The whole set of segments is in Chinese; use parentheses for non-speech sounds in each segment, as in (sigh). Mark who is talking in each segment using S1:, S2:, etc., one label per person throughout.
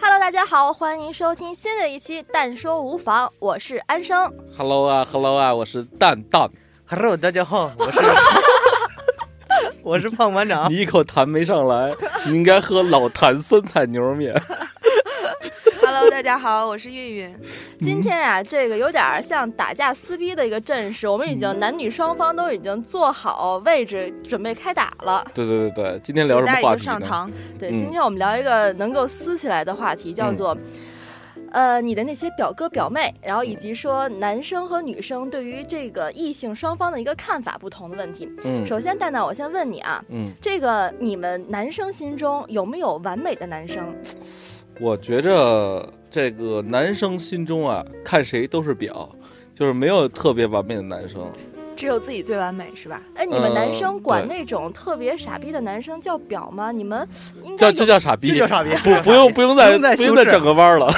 S1: Hello，大家好，欢迎收听新的一期《但说无妨》，我是安生。
S2: Hello 啊，Hello 啊，我是蛋蛋。
S3: Hello，大家好，我
S2: (laughs)
S3: 是我是胖班长。
S2: 你一口痰没上来，你应该喝老坛酸菜牛肉面。
S4: Hello，大家好，我是韵
S2: 嗯
S4: 韵。
S1: 今天啊，这个有点像打架撕逼的一个阵势，我们已经男女双方都已经做好位置，准备开打了。
S2: 对对对对，今嗯天聊什么话题嗯
S4: 上堂。
S1: 对，今天我们聊一个能够撕起来的话题，叫做。
S2: 嗯
S1: 呃，你的那些表哥表妹，然后以及说男生和女生对于这个异性双方的一个看法不同的问题。
S2: 嗯，
S1: 首先蛋蛋，我先问你啊，
S2: 嗯，
S1: 这个你们男生心中有没有完美的男生？
S2: 我觉着这个男生心中啊，看谁都是表，就是没有特别完美的男生，
S4: 只有自己最完美是吧？
S1: 哎，你们男
S2: 嗯
S1: 生管那种特别傻逼的男生叫表吗？你们应
S2: 叫
S1: 该
S2: 就叫傻逼，
S3: 这叫傻逼，
S2: 不不用不用再不用再整个弯了，
S3: 啊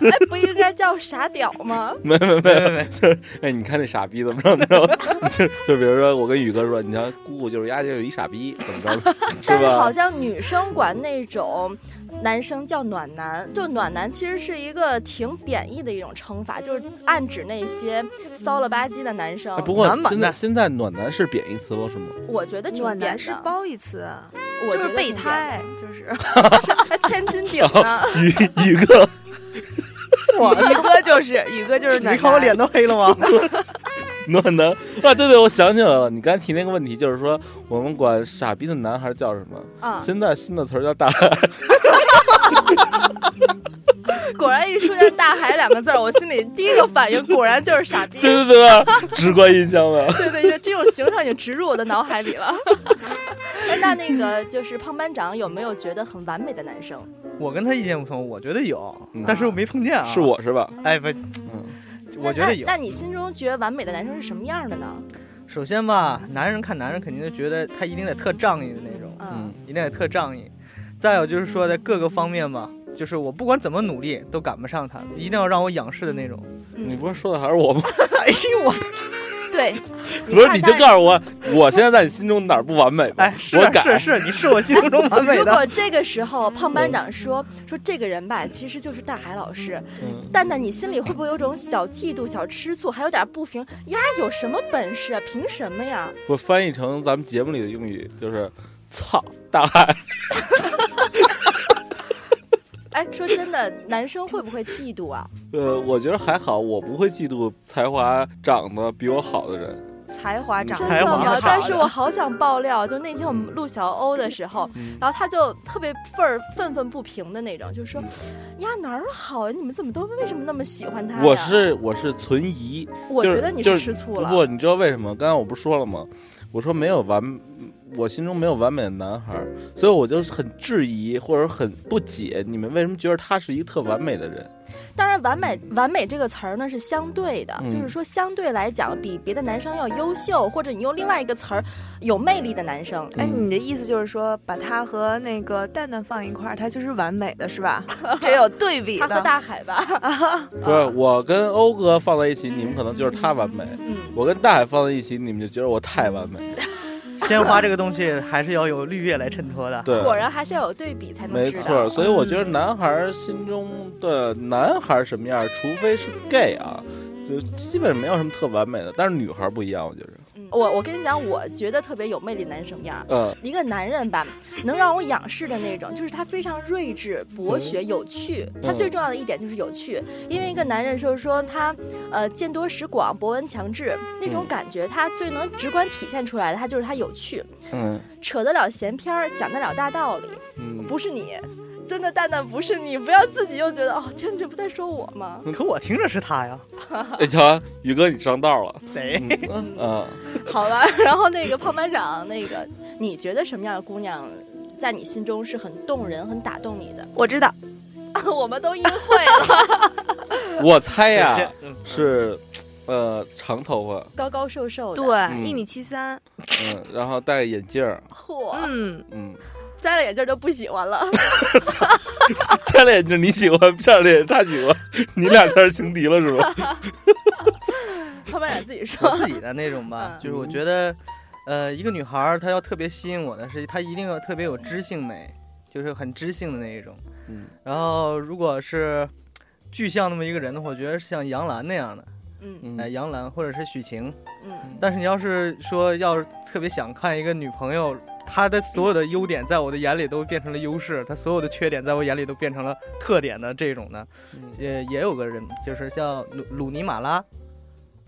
S1: 哎，不应该叫傻屌
S2: (laughs)
S1: 吗？
S2: 没没没没没，就是 (laughs) 哎，你看那傻逼怎么着？你知道吗？ (laughs) 就就比如说，我跟宇哥说，你瞧，姑姑就是丫就有一傻逼，怎么着？
S1: 但是
S2: 吧
S1: 好像女生管那种男生叫暖男，就暖男其实是一个挺贬义的一种称法，就是暗指那些骚了吧唧的男生。
S2: 哎不过
S3: 暖暖
S2: 现在
S3: 男
S2: 现在暖男是贬义词了是吗？ (laughs)
S1: 我觉得挺
S4: 暖
S1: 贬
S4: 男
S1: 的，
S4: 是褒义词，啊
S1: 我
S4: 就
S1: 觉
S4: 是
S1: 得
S4: 备
S1: 挺贬
S4: 胎，就是 (laughs)
S1: 的，还 (laughs) 千斤顶啊呢。
S2: (laughs) 宇宇哥，
S4: 宇哥就是宇哥就是
S3: (laughs) 你
S4: 暖
S3: 看我
S4: 男。
S3: 脸都黑了吗？ (laughs)
S2: 暖男啊，对对，我想起来了，你刚才提那个问题，就是说我们管傻逼的男孩叫什么？
S1: 啊、
S2: 现在新的词儿叫大， (laughs)
S1: 果然一出现“大海”两个字儿，我心里第一个反应果然就是傻逼。
S2: 对对对吧？直观印象吧。
S1: (laughs) 对对对，这种形象已经植入我的脑海里了。 (laughs) 哎那那个就是胖班长有没有觉得很完美的男生？
S3: 我跟他意见不同，我觉得有
S2: 嗯，
S3: 但是我没碰见啊。
S2: 是，我是吧？
S3: 哎不，
S2: 嗯，
S3: 我觉得有
S1: 那。那。那你心中觉得完美的男生是什么样的呢？
S3: 首先吧，男人看男人肯定就觉得他一定得特仗义的那种，
S1: 嗯，
S3: 一定得特仗义。再有就是说在各个方面吧，就是我不管怎么努力都赶不上他，一定要让我仰视的那种。 (laughs)
S1: 嗯
S2: 你不是说的还是我吗？
S3: 哎呦我，
S4: 对，
S2: 嗯不是，
S4: 看
S2: 你就
S4: 待
S2: 告诉我，我现在在你心中哪儿不完美吧？
S3: 哎是
S2: 我改
S3: 是是，你是我心目 (laughs) 中完美
S1: 如
S3: 的。
S2: (laughs)
S1: 果这个时候胖班长说说这个人吧，其实就是大海老师，
S2: 嗯
S1: 蛋蛋，你心里会不会有种小嫉妒、小吃醋，还有点不平？呀，有什么本事啊？凭什么呀？
S2: 不翻译成咱们节目里的用语就是“操大海
S1: 哎，说真的，男生会不会嫉妒啊？”。
S2: 呃，我觉得还好，我不会嫉妒才华长得比我好的人。
S4: 才华长
S1: 真
S3: 才
S1: 的
S3: 华
S1: 吗
S3: 好？
S1: 但是我好想爆料，就那天我们录小欧的时候，
S2: 嗯
S1: 然后他就特别愤儿愤愤不平的那种，就是说，呀哪儿好呀？啊你们怎么都为什么那么喜欢哎他呀？
S2: 我是我是存疑，
S1: 我
S2: 就
S1: 觉得你
S2: 就是
S1: 吃醋了。
S2: 不过你知道为什么？刚刚我不是说了吗？我说没有完，我心中没有完美的男孩儿，所以我就很质疑或者很不解，你们为什么觉得他是一个特完美的
S1: 啊
S2: 人？
S1: 当然，完美完美这个词儿呢是相对的，
S2: 嗯
S1: 就是说相对来讲，比别的男生要优秀，或者你用另外一个词儿，有魅力的男生。
S4: 哎，
S2: 嗯
S4: 你的意思就是说，把他和那个蛋蛋放一块儿，他就是完美的，是 (laughs) 吧？这有对比
S1: 他和
S4: 的。
S1: 大海吧，
S2: 不是我跟欧哥放在一起，你们可能就是他完美；
S1: (laughs) 嗯，
S2: 我跟大海放在一起，你们就觉得我太完美。
S3: 鲜花这个东西还是要有绿叶来衬托的。
S2: 对，
S1: 果然还是要有对比才能
S2: 没
S1: 知
S2: 错儿，
S1: 道。
S2: 所以我觉得男孩儿心中的男孩儿什么样儿，除非是 gay 啊，就基本没有什么特完美的。但是女孩儿不一样，我觉着，
S1: 嗯我我跟你讲，我觉得特别有魅力的男生什么样儿？
S2: 呃，
S1: 一个男人吧，能让我仰视的那种，就是他非常睿智、博学、
S2: 嗯
S1: 有趣。他最重要的一点就是有趣，因为一个男人就是说他，呃，见多识广、博闻强志那种
S2: 嗯
S1: 感觉，他最能直观体现出来的，他就是他有趣，
S2: 嗯
S1: 扯得了闲篇儿，讲得了大道理。
S2: 嗯，
S1: 不是你，真的蛋蛋不是你，不要自己又觉得哦，天，这不在说我吗？
S2: 嗯
S3: 可我听着是他呀，
S2: 哎，瞧，宇哥你上道了，
S3: 得
S2: 嗯啊，
S1: 好吧，然后那个胖班长，那个你觉得什么样的姑娘，在你心中是很动人、很打动你的？ (laughs)
S4: 我知道，
S1: 我们都阴会了。
S2: 我猜呀、 (laughs)
S3: 嗯
S2: 是，呃，长头发，
S1: 高高瘦瘦的，，
S4: 对，一米七三，
S2: 嗯，然后戴眼镜儿，
S1: 嚯，
S4: 嗯，
S2: (laughs) 嗯，
S1: 摘了眼镜就不喜欢了。
S2: 摘了眼镜你喜欢，漂亮眼镜他喜欢，你俩才是情敌了是吧？
S1: (laughs) 后面俩自己说
S3: 我，自己的那种吧，
S1: 嗯
S3: 就是我觉得，呃，一个女孩儿她要特别吸引我的是，她一定要特别有知性美，就是很知性的那一种。
S2: (laughs) 嗯，
S3: 然后如果是具象那么一个人的话，我觉得是像杨澜那样的，
S1: 嗯
S3: 哎、
S2: 嗯，
S3: 杨澜或者是许晴。
S1: 嗯，
S3: 但是你要是说要是特别想看一个女朋友，她的所有的优点在我的眼里都变成了优势，她所有的缺点在我眼里都变成了特点的这种的，
S1: 嗯
S3: 也也有个人就是叫鲁鲁尼马拉，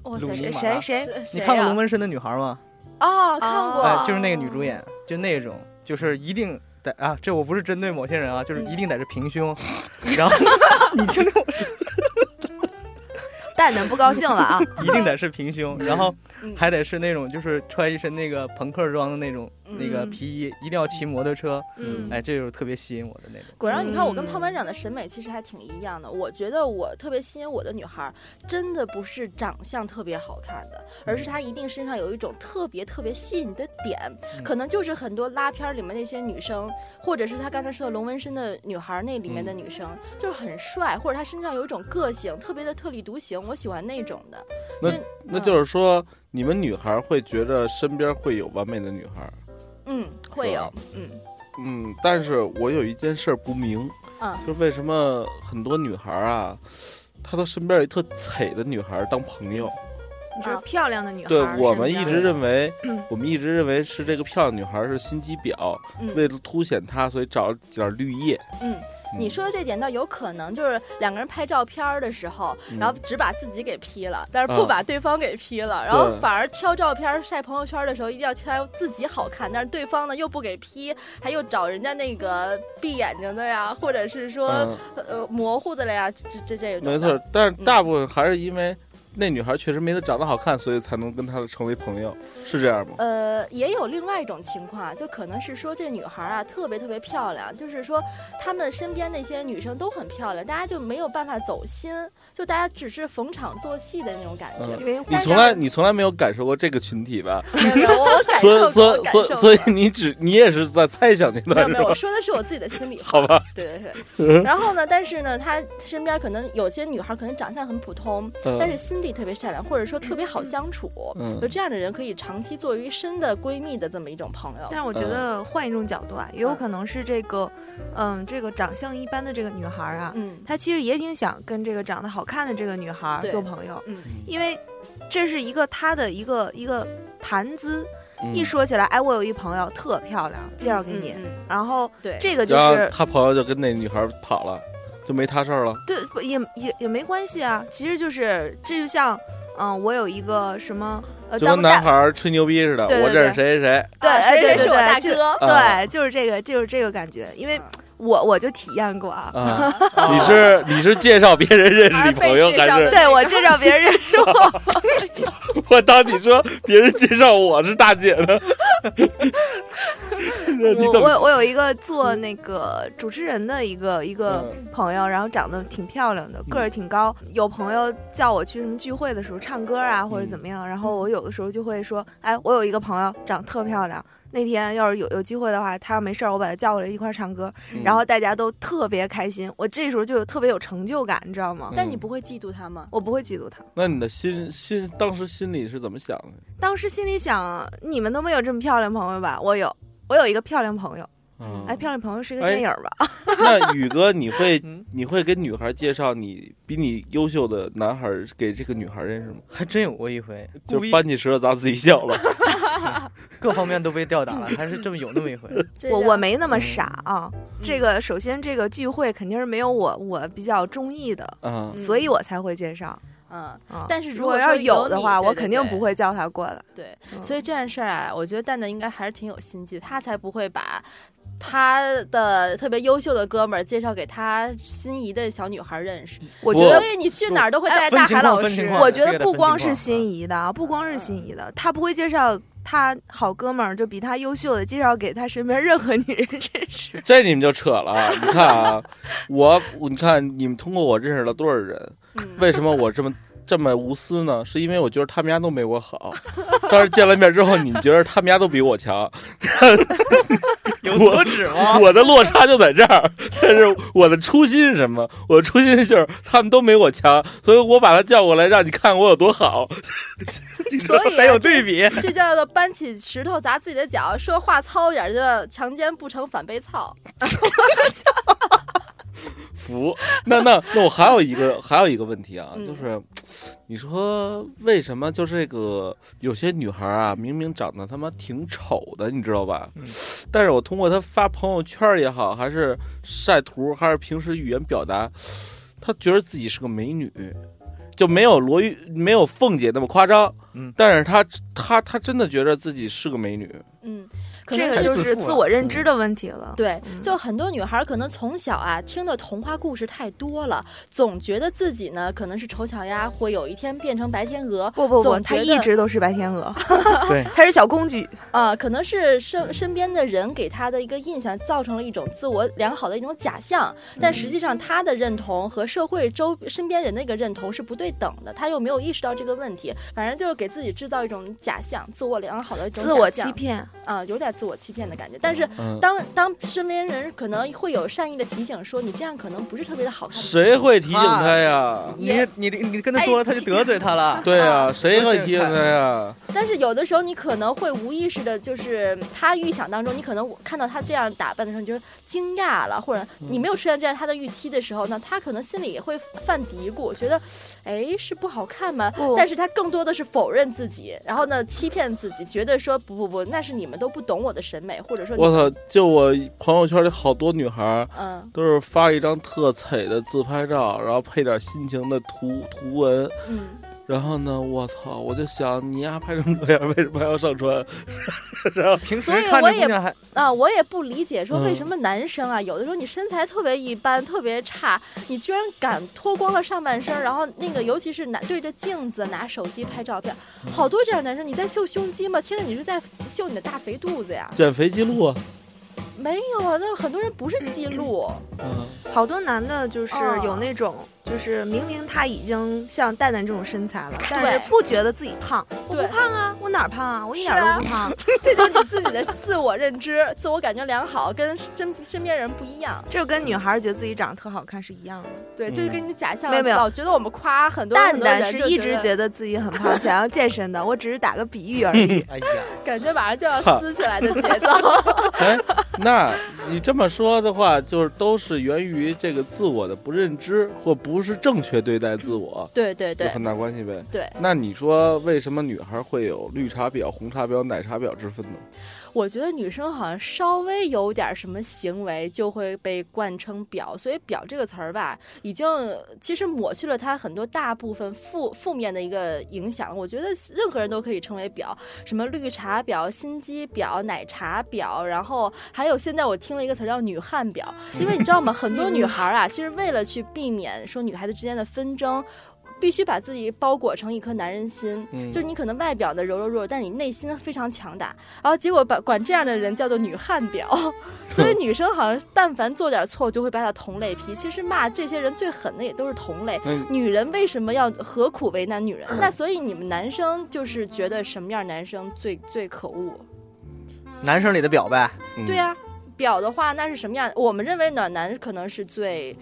S1: 哇
S3: 鲁
S1: 塞，
S3: 尼
S1: 谁
S3: 马
S4: 谁
S3: 拉
S4: 谁
S1: 谁谁
S3: 你看过《
S1: 呀
S3: 龙纹身的女孩》吗？
S1: 哦，看过，
S3: 哎，就是那个女主演，就那种，就是一定得啊，这我不是针对某些人啊，
S1: 嗯
S3: 就是一定得是
S1: (laughs)
S3: 平胸，然后 (laughs) 你听听我，
S4: 蛋蛋不高兴了啊，
S3: 一定得是平胸，然后
S1: 嗯
S3: 还得是那种就是穿一身那个朋克装的那种那个
S4: 嗯
S3: 皮衣，一定要骑摩托车，
S4: (laughs) 嗯，
S3: 哎，这就是特别吸引我的那种。
S1: 果然，你看我跟
S4: 嗯
S1: 胖班长的审美其实还挺一样的。我觉得我特别吸引我的女孩儿，真的不是长相特别好看的，而是她一定身上有一种特别特别吸引的点，
S3: 嗯
S1: 可能就是很多拉片儿里面那些女生，或者是她刚才说的龙纹身的女孩儿那里面
S3: 嗯
S1: 的女生，就是很帅，或者她身上有一种个性，特别的特立独行，我喜欢那种的。所以，
S2: 那就是说你们女孩会觉得身边会有完美的女孩，
S1: 嗯，会有，嗯
S2: 嗯，但是我有一件事儿不明，
S1: 嗯
S2: 就是为什么很多女孩啊，她都身边有一特 (laughs) 菜的女孩当朋友。
S4: 你说漂亮的女孩
S2: 对
S4: 儿是
S2: 我们一
S4: 吗
S2: 直
S1: 嗯
S2: 认为，我们一直认为是这个漂亮女孩是心机婊，
S1: 嗯
S2: 为了凸显她，所以找了点绿叶。
S1: 嗯。
S2: 嗯
S1: 你说的这点倒有可能，就是两个人拍照片儿的时候，
S2: 嗯
S1: 然后只把自己给 P 了，但是不
S2: 啊
S1: 把对方给 P 了，然后
S2: 对
S1: 反而挑照片儿晒朋友圈的时候，一定要挑自己好看，但是对方呢又不给 P，还又找人家那个闭眼睛的呀，或者是说、
S2: 嗯，
S1: 呃模糊的了呀，这这这种
S2: 没
S1: 的。
S2: 错，但是
S1: 嗯
S2: 大部分还是因为那女孩确实没她长得好看，所以才能跟她成为朋友，是这样吗？
S1: 呃，也有另外一种情况啊，就可能是说这女孩儿啊特别特别漂亮，就是说她们身边那些女生都很漂亮，大家就没有办法走心，就大家只是逢场作戏的那种感觉。
S2: 嗯 (laughs)
S4: 因为
S2: 你从来你从来没有感受过这个群体吧？
S1: 没有没有，
S2: (laughs)
S1: 我我 (laughs) 感
S2: 所以
S1: 受过，我
S2: 所以
S1: 感受
S2: 所以
S1: 过。
S2: 所以你只你也是在猜想阶
S1: 没有
S2: 段
S1: 没有，
S2: 是
S1: 我
S2: 吧？
S1: 说的是我自己的心里话。
S2: 好吧，
S1: 对对
S2: (laughs)
S1: 对。然后呢，但是呢，她身边可能有些女孩可能长相很普通，但
S2: 但
S1: 是心地特别善良，或者说特别好相处。
S2: 嗯
S1: 就这样的人可以长期作为深的闺蜜的这么一种朋友。
S4: 但是我觉得换一种角度啊，也
S1: 嗯
S4: 有可能是这个，嗯，这个长相一般的这个女孩儿啊，
S1: 嗯
S4: 她其实也挺想跟这个长得好看的这个女孩儿
S1: 对
S4: 做朋友，
S1: 嗯
S4: 因为这是一个她的一个一个谈资。
S2: 嗯
S4: 一说起来，哎，我有一朋友特漂亮，介绍给你，
S1: 嗯嗯
S4: 然后
S1: 对，
S4: 这个就
S2: 然后
S4: 是
S2: 他朋友就跟那女孩跑了，就没他事儿了。
S4: 对，不也也也没关系啊，其实就是这就像，嗯、我有一个什么呃，
S2: 就
S4: 当
S2: 跟
S4: 不
S2: 男
S4: 大
S2: 孩儿吹牛逼似的，
S4: 对对
S2: 我认识谁谁谁，
S4: 对，
S1: 啊
S4: 哎
S1: 谁
S4: 对
S1: 谁
S4: 对
S1: 是我大
S4: 对，就
S1: 哥。嗯
S2: 啊
S4: 对，就是这个就是这个感觉，因为
S1: 啊
S4: 我我就体验过啊，
S2: 啊，你是你是介绍别人认识你朋友，
S1: 而被介
S2: 还
S1: 绍的
S2: 是
S4: (laughs) 对我介绍别
S2: (laughs)
S4: 人认识我，
S2: 我当你说别人介绍我是大姐呢？你
S4: 我
S2: 怎么
S4: 我我有一个做那个主持人的一个一个
S2: 嗯
S4: 朋友，然后长得挺漂亮的，个儿挺高。有朋友叫我去什么聚会的时候唱歌啊，
S2: 嗯
S4: 或者怎么样，然后我有的时候就会说，哎，我有一个朋友长得特漂亮。那天要是有有机会的话，他要没事儿，我把他叫过来一块儿唱歌，
S2: 嗯
S4: 然后大家都特别开心。我这时候就有特别有成就感，你知道
S2: 嗯
S4: 吗？
S1: 但你不会嫉妒她吗？
S4: 我不会嫉妒他。
S2: 那你的心心当时心里是怎么想的？
S4: 当时心里想，你们都没有这么漂亮朋友吧？我有，我有一个漂亮朋友。
S2: 嗯
S4: 哎，漂亮朋友是一个
S2: 哎
S4: 电影儿吧？
S2: 那宇哥，你会
S3: 嗯
S2: 你会给女孩介绍你比你优秀的男孩儿给这个女孩认识吗？
S3: 还真有过一回，
S2: 就
S3: 故意
S2: 搬起石头砸自己脚了。 (laughs)
S3: 各方面都被吊 (laughs) 打了，还是这么有那么一回。
S1: 这
S4: 我
S1: 让
S4: 我没那么傻啊。这个首先这个聚会肯定是没有我我比较中意的，
S2: 啊，
S4: 所以我才会介绍
S1: 嗯，
S4: 啊。
S1: 但是如
S4: 如
S1: 果
S4: 果要
S1: 说
S4: 是有的
S1: 你
S4: 话，
S1: 对
S4: 我
S1: 对
S4: 肯定
S1: 对
S4: 不会叫他过来。
S1: 对，
S4: 嗯
S1: 所以这件事儿啊，我觉得蛋蛋应该还是挺有心机，他才不会把他的特别优秀的哥们儿介绍给他心仪的小女孩认识。
S4: 我
S2: 不
S4: 觉得
S1: 所以你去哪儿都会带着
S3: 不
S1: 大
S3: 分情
S1: 海
S3: 况
S1: 老
S3: 分
S1: 师
S3: 情。况
S4: 我
S3: 我
S4: 觉
S3: 觉
S4: 得
S3: 得
S4: 不
S3: 不
S4: 光
S3: 光
S4: 是
S3: 是
S4: 心
S3: 心
S4: 仪的啊，不光是心仪的，他不会介绍他好哥们儿，就比他优秀的介绍给他身边任何女人认
S2: (laughs)
S4: 识。
S2: 这你们就扯了啊。你看啊，我我你看你们通过我认识了多少人？
S1: 嗯
S2: 为什么我这么这么无私呢？是因为我觉得他们家都没我好，但是见了面之后，你们觉得他们家都比我强，
S3: 有所指望。
S2: 我的落差就在这儿。但是我的初心是什么？我的初心就是他们都没我强，所以我把他叫过来，让你看看我有多好。
S1: 所
S3: (laughs)
S1: 以啊
S3: 得有对比，
S1: 这叫做搬起石头砸自己的脚，说话糙点儿叫强奸不成反被操。
S2: 服。那那那我还有一个还有一个问题啊，
S1: 嗯
S2: 就是你说为什么就这个有些女孩啊，明明长得他妈挺丑的，你知道吧？但是我通过她发朋友圈也好，还是晒图，还是平时语言表达，她觉得自己是个美女。就没有罗玉，没有凤姐那么夸张，
S3: 嗯
S2: 但是她她她真的觉得自己是个美女，
S1: 嗯，可
S4: 这
S1: 能
S4: 个
S1: 就
S4: 就是是自我认知的问题了。
S1: 对，
S4: 嗯
S1: 就很多女孩儿可能从小啊听的童话故事太多了，总觉得自己呢可能是丑小鸭，会有一天变成白天鹅，
S4: 不不不，
S1: 总
S4: 他
S1: 觉得
S4: 一直都是白天 (laughs) 鹅，
S1: (laughs)
S3: 对，
S4: 他是小公举，
S1: 啊、可能是身身边的人给她的一个印象，造成了一种自我良好的一种假象，但实际上她的认同和社会周身边人的一个认同是不对等的，她又没有意识到这个问题，反正就是给自己制造一种假象，自我良好的一种
S4: 自我
S1: 假
S4: 欺
S1: 象
S4: 骗。
S1: 啊、有点自我欺骗的感觉，但是。
S2: 嗯，
S1: 当当身边人可能会有善意的提醒，说你这样可能不是特别的好看。
S2: 谁会提醒她呀？
S3: 你你你跟他
S1: 哎
S3: 说了，他就得罪他了。
S2: 对啊，谁会提醒她呀？
S1: 但是有的时候你可能会无意识的，就是他预想当中，你可能看到他这样打扮的时候，你就惊讶了，或者你没有出现在他的预期的时候呢，他可能心里也会犯嘀咕，觉得，哎，是不好看吗？
S4: 不
S1: 但是他更多的是否认自己，然后呢，欺骗自己，觉得说不不不，那是你们都不懂我的审美，或者说你
S2: 我操！就我朋友圈里好多女孩儿
S1: 嗯
S2: 都是发一张特丑的自拍照，然后配点心情的图图文，
S1: 嗯，
S2: 然后呢，我操！我就想你丫拍成这样，为什么还要上传？ (laughs)
S3: 平时
S1: 所以
S3: 看
S1: 我
S3: 着
S1: 也
S3: 姑娘还
S1: 啊，我也不理解，说为
S2: 嗯
S1: 什么男生啊，有的时候你身材特别一般，特别差，你居然敢脱光了上半身，然后那个尤其是拿对着镜子拿手机拍照片，
S2: 嗯
S1: 好多这样的男生，你在秀胸肌吗？天呐，你是在秀你的大肥肚子呀？
S2: 减肥记录啊！
S1: 没有啊，那很多人不是记
S2: (laughs)
S1: 录，
S2: 嗯，
S4: 好多男的就是
S1: 哦
S4: 有那种，就是明明他已经像蛋蛋这种身材了，但
S1: 对
S4: 是不觉得自己胖。我
S1: 对
S4: 不胖啊，我哪儿胖啊？我一点
S1: 是
S4: 儿
S1: 啊
S4: 都不胖。
S1: (laughs) 这就是你自己的自我认知、自我感觉良好，跟身身边人不一样。
S4: 这就跟女孩儿觉得自己长得特好看是一样的。
S1: 对，
S2: 嗯
S1: 这就跟你假象。
S4: 没有没有
S1: 老觉得我们夸很多
S4: 蛋
S1: 很多人
S4: 蛋
S1: 就是
S4: 一直
S1: 得
S4: 觉得自己很胖，想要健身的。我只是打个比喻而
S1: (laughs)
S4: 已。
S3: 哎呀，
S1: 感觉马上就要
S2: 操
S1: 撕起来的节
S4: (laughs)
S1: 奏。
S2: 哎，那你这么说的话，就是都是源于这个自我的不认知，或不是正确对待自我，
S1: 对对
S2: 有
S1: 嗯对
S2: 很大关系呗。
S1: 对。
S2: 那你说为什么女孩会有绿茶婊、红茶婊、奶茶婊之分呢？
S1: 我觉得女生好像稍微有点什么行为就会被冠称婊，所以“婊”这个词儿吧，已经呃其实抹去了它很多大部分负负面的一个影响。我觉得任何人都可以称为婊，什么绿茶婊、心机婊、奶茶婊，然后还有现在我听了一个词儿叫“女汉婊”，因为你知道吗？很多女孩儿啊，其实为了去避免说女孩子之间的纷争。必须把自己包裹成一颗男人心，
S2: 嗯
S1: 就是你可能外表的柔柔弱弱，但你内心非常强大。然后结果把管这样的人叫做女汉
S2: (laughs)
S1: 婊，所以女生好像但凡做点错就会把她同类批。其实骂这些人最狠的也都是同类。
S2: 那你
S1: 女人为什么要何苦为难女人？
S2: 嗯
S1: 那所以你们男生就是觉得什么样男生最最可恶？
S3: 男生里的表呗，
S2: 嗯
S1: 对啊呀、婊的话那是什么样？我们认为暖男可能是最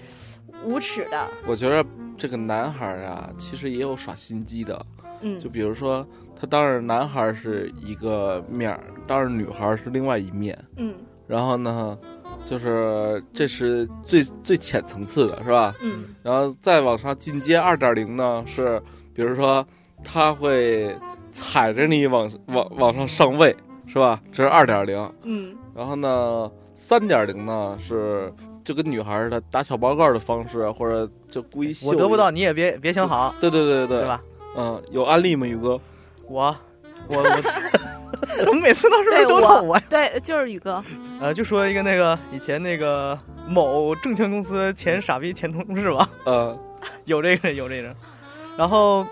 S1: 无耻的。
S2: 我觉得这个男孩儿啊，其实也有耍心机的。
S1: 嗯
S2: 就比如说，他当着男孩儿是一个面儿，当着女孩儿是另外一面。
S1: 嗯
S2: 然后呢，就是这是最最浅层次的，是吧？
S1: 嗯
S2: 然后再往上进阶二点零呢，是比如说他会踩着你往往往上上位，是吧？这是二点零。
S1: 嗯
S2: 然后呢，三点零呢是就跟女孩儿似的打小报告的方式，或者就故意秀
S3: 我得不
S2: 一下
S3: 到你也别别想好，
S2: 对对对对
S3: 对？吧？
S2: 嗯，有案例吗，宇哥？
S3: 我我我， (laughs) 怎么每次到时候
S4: 对
S3: 都到我？
S4: 对，就是宇哥，
S3: 呃，就说一个那个以前那个某证券公司前傻逼前同事吧，
S2: 呃，
S3: 有这个人有这个人，然后。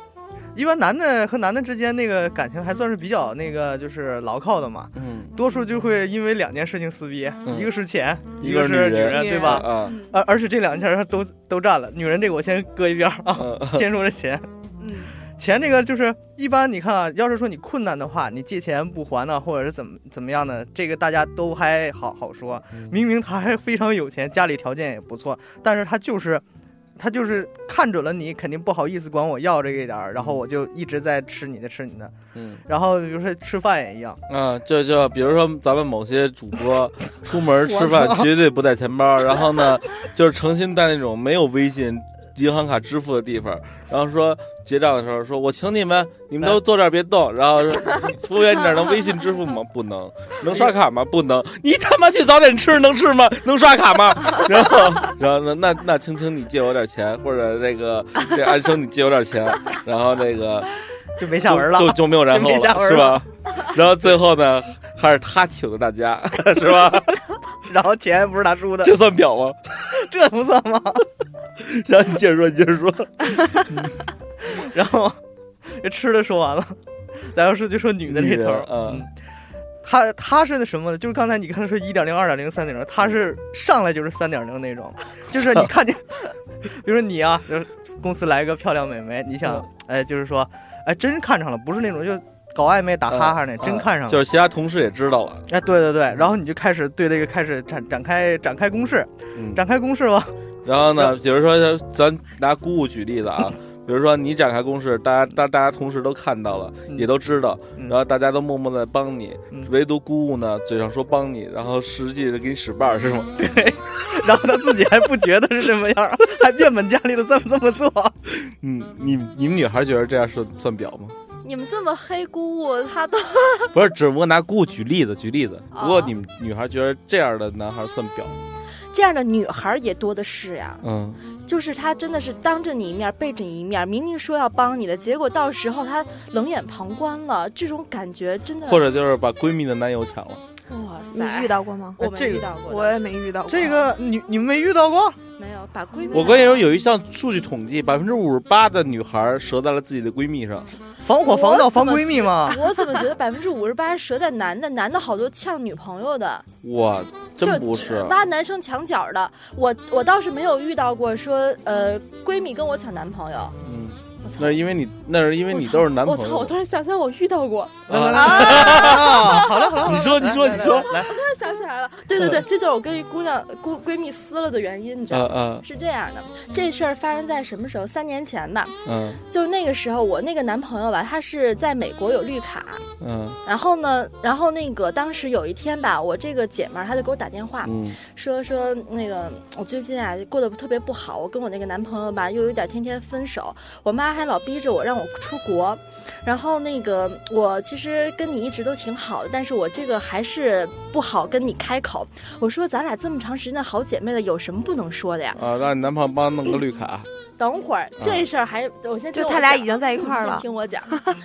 S3: 一般男的和男的之间那个感情还算是比较那个就是牢靠的嘛，
S2: 嗯，
S3: 多数就会因为两件事情撕逼，
S2: 嗯
S3: 一个是钱，
S2: 一
S3: 一
S2: 个
S3: 个
S2: 是
S3: 是
S2: 女人
S3: 女人，
S4: 女
S3: 对
S4: 人
S3: 吧？
S2: 啊，
S1: 嗯
S3: 而而且这两件儿都都占了。女人这个我先搁一边儿啊，
S2: 嗯
S3: 先说这钱。
S1: 嗯，
S3: 钱这个就是一般，你看啊，要是说你困难的话，你借钱不还呢，或者是怎么怎么样呢，这个大家都还好好说。
S2: 嗯
S3: 明明他还非常有钱，家里条件也不错，但是他就是。他就是看准了你，肯定不好意思管我要这个一点儿，然后我就一直在吃你的吃你的，
S2: 嗯
S3: 然后比如说吃饭也一样，
S2: 啊，就就比如说咱们某些主播出门吃饭绝对不带钱包，然后呢，就是诚心带那种没有微信、银行卡支付的地方，然后说结账的时候说我请你们，你们都坐这儿别动，然后说服务员你这儿能微信支付吗？不能，能刷卡吗？不能，你他妈去早点吃能吃吗？能刷卡吗？ (laughs) 然后然后那那那青青你借我点钱，或者这个这安生你借我点钱，然后那个。
S3: 就没下文了
S2: 就。就就没有然后
S3: 就没下文
S2: 是吧？然后最后呢，还是他请的大家， (laughs) 是吧？
S3: 然后钱不是他出的，
S2: 这算表吗？
S3: 这不算吗？ (laughs)
S2: 然后你接着说，你接着说，
S3: 然后这吃的说完了，咱要说就说女的这头
S2: 女人
S3: 儿，
S2: 嗯
S3: 嗯，她她是那什么呢？就是刚才你刚才说一点零、二点零、三点零，她是上来就是三点零那种，就是你看见， (laughs) 比如说你啊，就是公司来一个漂亮美眉，你想，哎，就是说，哎，真看上了，不是那种就搞暧昧打哈哈那，真看上了
S2: 就。是其他同事也知道了，
S3: 哎，对对对，然后你就开始对这个开始展展开展开攻势，
S2: 嗯。
S3: 展开攻势吧，
S2: 然后呢，比如说咱拿姑姑举例子啊，比如说你展开公示，大家大大家同事都看到了，
S3: 嗯
S2: 也都知道，
S3: 嗯
S2: 然后大家都默默的帮你
S3: 嗯，
S2: 唯独姑姑呢嘴上说帮你，然后实际的给你使绊儿是吗？
S3: (laughs) 然后他自己还不觉得是这么样，还变本加厉的这么这么做。
S2: 嗯，你你们女孩觉得这样算算表吗？
S1: 你们这么黑姑姑，她都
S2: 不是，只不过拿姑姑举例子，举例子。
S1: 啊
S2: 不过你们女孩觉得这样的男孩算婊？
S1: 这样的女孩儿也多的是呀。
S2: 嗯，
S1: 就是她真的是当着你一面背着你一面，明明说要帮你的，结果到时候她冷眼旁观了，这种感觉真的。
S2: 或者就是把闺蜜的男友抢了。
S1: 哇
S4: 你
S1: 塞，
S4: 遇到过吗？
S1: 我没
S3: 这个
S1: 遇到过的，
S4: 我也没遇到过。
S3: 这个你你们没遇到过？
S1: 没有把闺蜜。
S2: 我跟你说，有一项数据统计，百分之五十八的女孩折在了自己的闺蜜上。
S3: 防火防盗防闺蜜嘛，
S1: 我怎么觉得百分之五十八折在男的，男的好多呛女朋友的，
S2: 哇，真不，
S1: 就是挖男生墙角的。我我倒是没有遇到过说呃闺蜜跟我抢男朋友，
S2: 嗯，
S1: 我操
S2: 那是因为你，那是因为你都是男
S1: 我
S2: 朋
S1: 操！我
S2: 友
S1: 突。然想起来，我遇到过，
S3: 来来
S2: 啊
S3: 来，好了好了，
S2: 你说，你说，你说，
S3: 来，
S1: 突然想起来了。 (laughs) 嗯对对对，这就是我跟一姑娘姑闺蜜撕了的原因，你知道吗？
S2: 嗯
S1: 是这样的，这事儿发生在什么时候？三年前吧，
S2: 嗯
S1: 就是那个时候，我那个男朋友吧，他是在美国有绿卡，
S2: 嗯
S1: 然后呢，然后那个当时有一天吧，我这个姐们儿她就给我打电话，
S2: 嗯
S1: 说说那个我最近啊过得特别不好，我跟我那个男朋友吧又有点天天分手，我妈还老逼着我让我出国，然后那个我其实跟你一直都挺好的，但是我这个还是不好跟你开口。我说咱俩这么长时间的好姐妹了，有什么不能说的呀？
S2: 啊，让你男朋友帮弄个绿卡。
S1: 等会儿这事儿还我先听
S4: 就
S1: 我
S4: 他俩
S1: 讲
S4: 已经在一块儿
S1: 你先
S4: 了，
S1: 听我讲。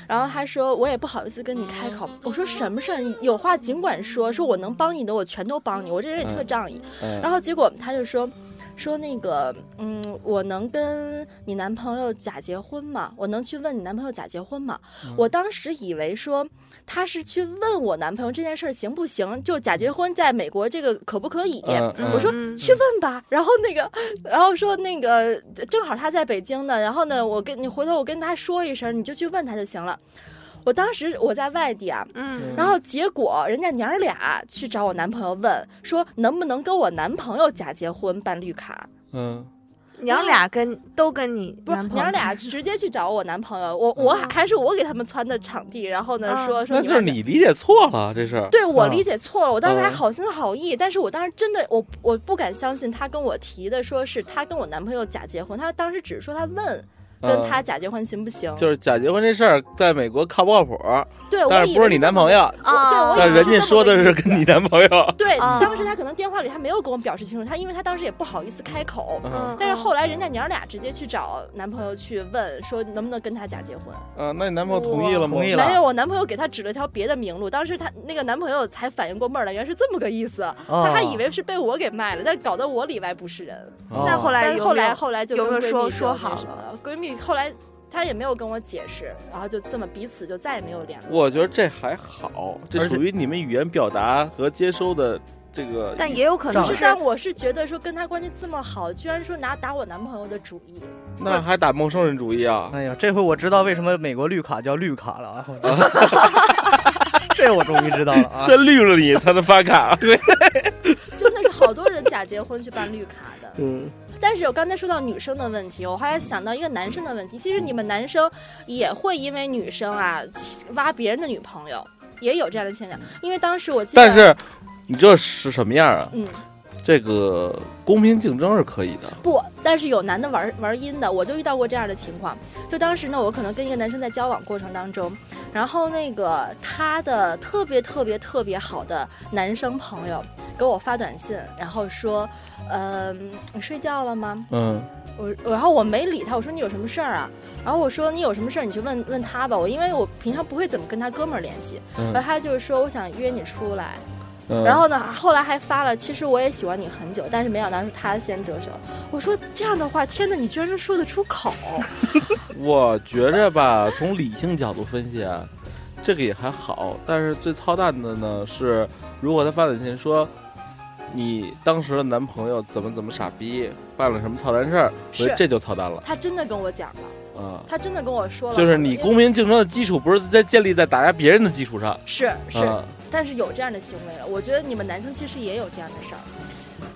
S1: 然后他说我也不好意思跟你开口，我说什么事儿，你有话尽管说，说我能帮你的我全都帮你，我这人也特仗义。
S2: 嗯
S1: 然后结果他就说。说那个，嗯，我能跟你男朋友假结婚吗？我能去问你男朋友假结婚吗？
S2: 嗯
S1: 我当时以为说他是去问我男朋友这件事儿行不行，就假结婚在美国这个可不可以？
S2: 嗯嗯
S1: 我说
S4: 嗯
S1: 去问吧。然后那个，然后说那个，正好他在北京呢。然后呢，我跟你回头我跟他说一声，你就去问他就行了。我当时我在外地啊，
S4: 嗯，
S1: 然后结果人家娘儿俩去找我男朋友问说能不能跟我男朋友假结婚办绿卡，
S2: 嗯，
S4: 娘俩跟都跟你
S1: 不是
S4: 男朋友
S1: 娘儿俩直接去找我男朋友，我我还还是我给他们撺的场地，然后呢
S4: 嗯
S1: 说说
S2: 那就是
S1: 们俩
S2: 你理解错了这事儿。
S1: 对我
S2: 啊
S1: 理解错了，我当时还
S2: 嗯
S1: 好心好意，但是我当时真的我我不敢相信他跟我提的说是他跟我男朋友假结婚，他当时只是说他问跟
S2: 嗯
S1: 他假结婚行不行，
S2: 就是假结婚这事儿，在美国靠不靠谱？
S1: 对呃我
S2: 但
S1: 以
S2: 是不
S1: 为
S2: 是你
S1: 这
S2: 男
S1: 么
S2: 朋
S1: 个。
S2: 友？
S1: 啊，对，我以
S4: 哦
S1: 为
S2: 但人
S1: 这
S2: 家
S1: 么
S2: 说
S1: 个
S2: 的是
S1: 意思
S2: 跟你男朋友。
S1: 对，
S4: 啊
S1: 当时他可能电话里他没有跟我表示清楚，他因为他当时也不好意思开口。
S2: 嗯
S1: 但是后来人家娘儿俩直接去找男朋友去问，说能不能跟他假结婚。
S2: 啊，那你男朋友同意了吗？
S3: 同意了
S1: 没嗯有，我男朋友给他指了条别的明路。当时他那个男朋友才反应过味儿来，原来是这么个意
S4: 哦
S1: 思。
S3: 哦
S1: 他还以为是被我给卖了，但是搞得我里外不是人。
S3: 哦
S4: 那嗯后来有
S1: 但是
S4: 没
S1: 后来
S4: 有
S1: 后来就
S4: 有
S1: 跟
S4: 没有
S1: 闺蜜
S4: 说
S1: 就
S4: 说
S1: 那
S4: 好
S1: 什么了？闺蜜后来她也没有跟我解释，然后就这么彼此就再也没有联络。
S2: 我觉得这还好，这
S3: 而且
S2: 属于你们语言表达和接收的这个，
S4: 但也有可能
S3: 不
S1: 就是是，但我是觉得说跟他关系这么好，居然说拿打我男朋友的主意，
S2: 那还打陌生人主意啊？
S3: 哎呀，这回我知道为什么美国绿卡叫绿卡了啊！ (laughs) 这我终于知道了啊！
S2: 先绿了你才能发卡。对，
S1: 真的是好多人假结婚去办绿卡的。
S2: 嗯，
S1: 但是我刚才说到女生的问题，我后来想到一个男生的问题，其实你们男生也会因为女生啊起挖别人的女朋友，也有这样的现象。因为当时我记得，
S2: 但是你这是什么样啊？
S1: 嗯，
S2: 这个公平竞争是可以的。
S1: 不，但是有男的玩玩阴的，我就遇到过这样的情况。就当时呢，我可能跟一个男生在交往过程当中，然后那个他的特别特别特别好的男生朋友给我发短信，然后说，嗯、你睡觉了吗？
S2: 嗯，
S1: 我然后我没理他，我说你有什么事儿啊？然后我说你有什么事儿你去问问他吧，我因为我平常不会怎么跟他哥们儿联系，
S2: 嗯
S1: 然后他就是说我想约你出来，
S2: 嗯
S1: 然后呢后来还发了，其实我也喜欢你很久，但是没想到是他先得手。我说这样的话，天哪，你居然能说得出口， (laughs)
S2: 我觉着吧，从理性角度分析啊，这个也还好。但是最操蛋的呢是，如果他发短信说你当时的男朋友怎么怎么傻逼，办了什么操蛋事儿，我觉得
S1: 是
S2: 这就操蛋了
S1: 他真的跟我讲了，
S2: 啊。
S1: 他真的跟我说了，
S2: 就是你
S1: 因为
S2: 公平竞争的基础不是在建立在打压别人的基础上，
S1: 是是、
S2: 啊，
S1: 但是有这样的行为了，我觉得你们男生其实也有这样的事儿。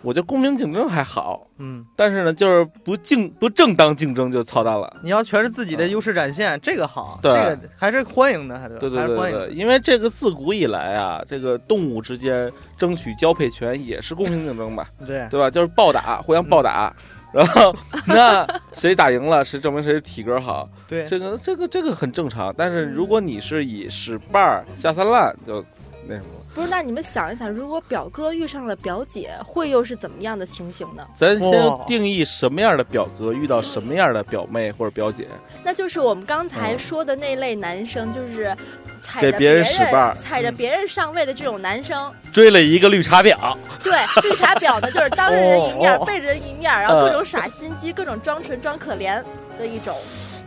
S2: 我觉得公平竞争还好，
S3: 嗯，
S2: 但是呢，就是不竞不正当竞争就操蛋了。
S3: 你要全是自己的优势展现，这个好，
S2: 对
S3: 这个还是欢迎的，还是
S2: 对对
S3: 还是
S2: 对
S3: 欢
S2: 对
S3: 迎
S2: 对，
S3: 的。
S2: 因为这个自古以来啊，这个动物之间争取交配权也是公平竞争吧，
S4: (laughs)
S3: 对，
S2: 对吧？就是暴打，互相暴打，
S4: 嗯
S2: (laughs) 然后那谁打赢了，谁证明谁体格好，
S3: 对
S2: 这个这个这个很正常。但是如果
S4: 嗯
S2: 你是以使绊儿下三滥，就那什么了。
S1: 不是，那你们想一想，如果表哥遇上了表姐，会又是怎么样的情形呢？
S2: 咱先
S3: 哇
S2: 定义什么样的表哥遇到什么样的表妹或者表姐，
S1: 那就是我们刚才
S2: 嗯
S1: 说的那类男生，就是踩
S2: 给
S1: 着
S2: 别
S1: 别
S2: 人使绊儿嗯
S1: 踩着别人上位的这种男生。
S2: 追了一个绿茶婊，
S1: 对，绿茶婊呢，
S2: (laughs)
S1: 就是当着人一面
S3: 哦，
S1: 背着人一面，然后各
S2: 呃
S1: 种耍心机，各种装纯装可怜的一种。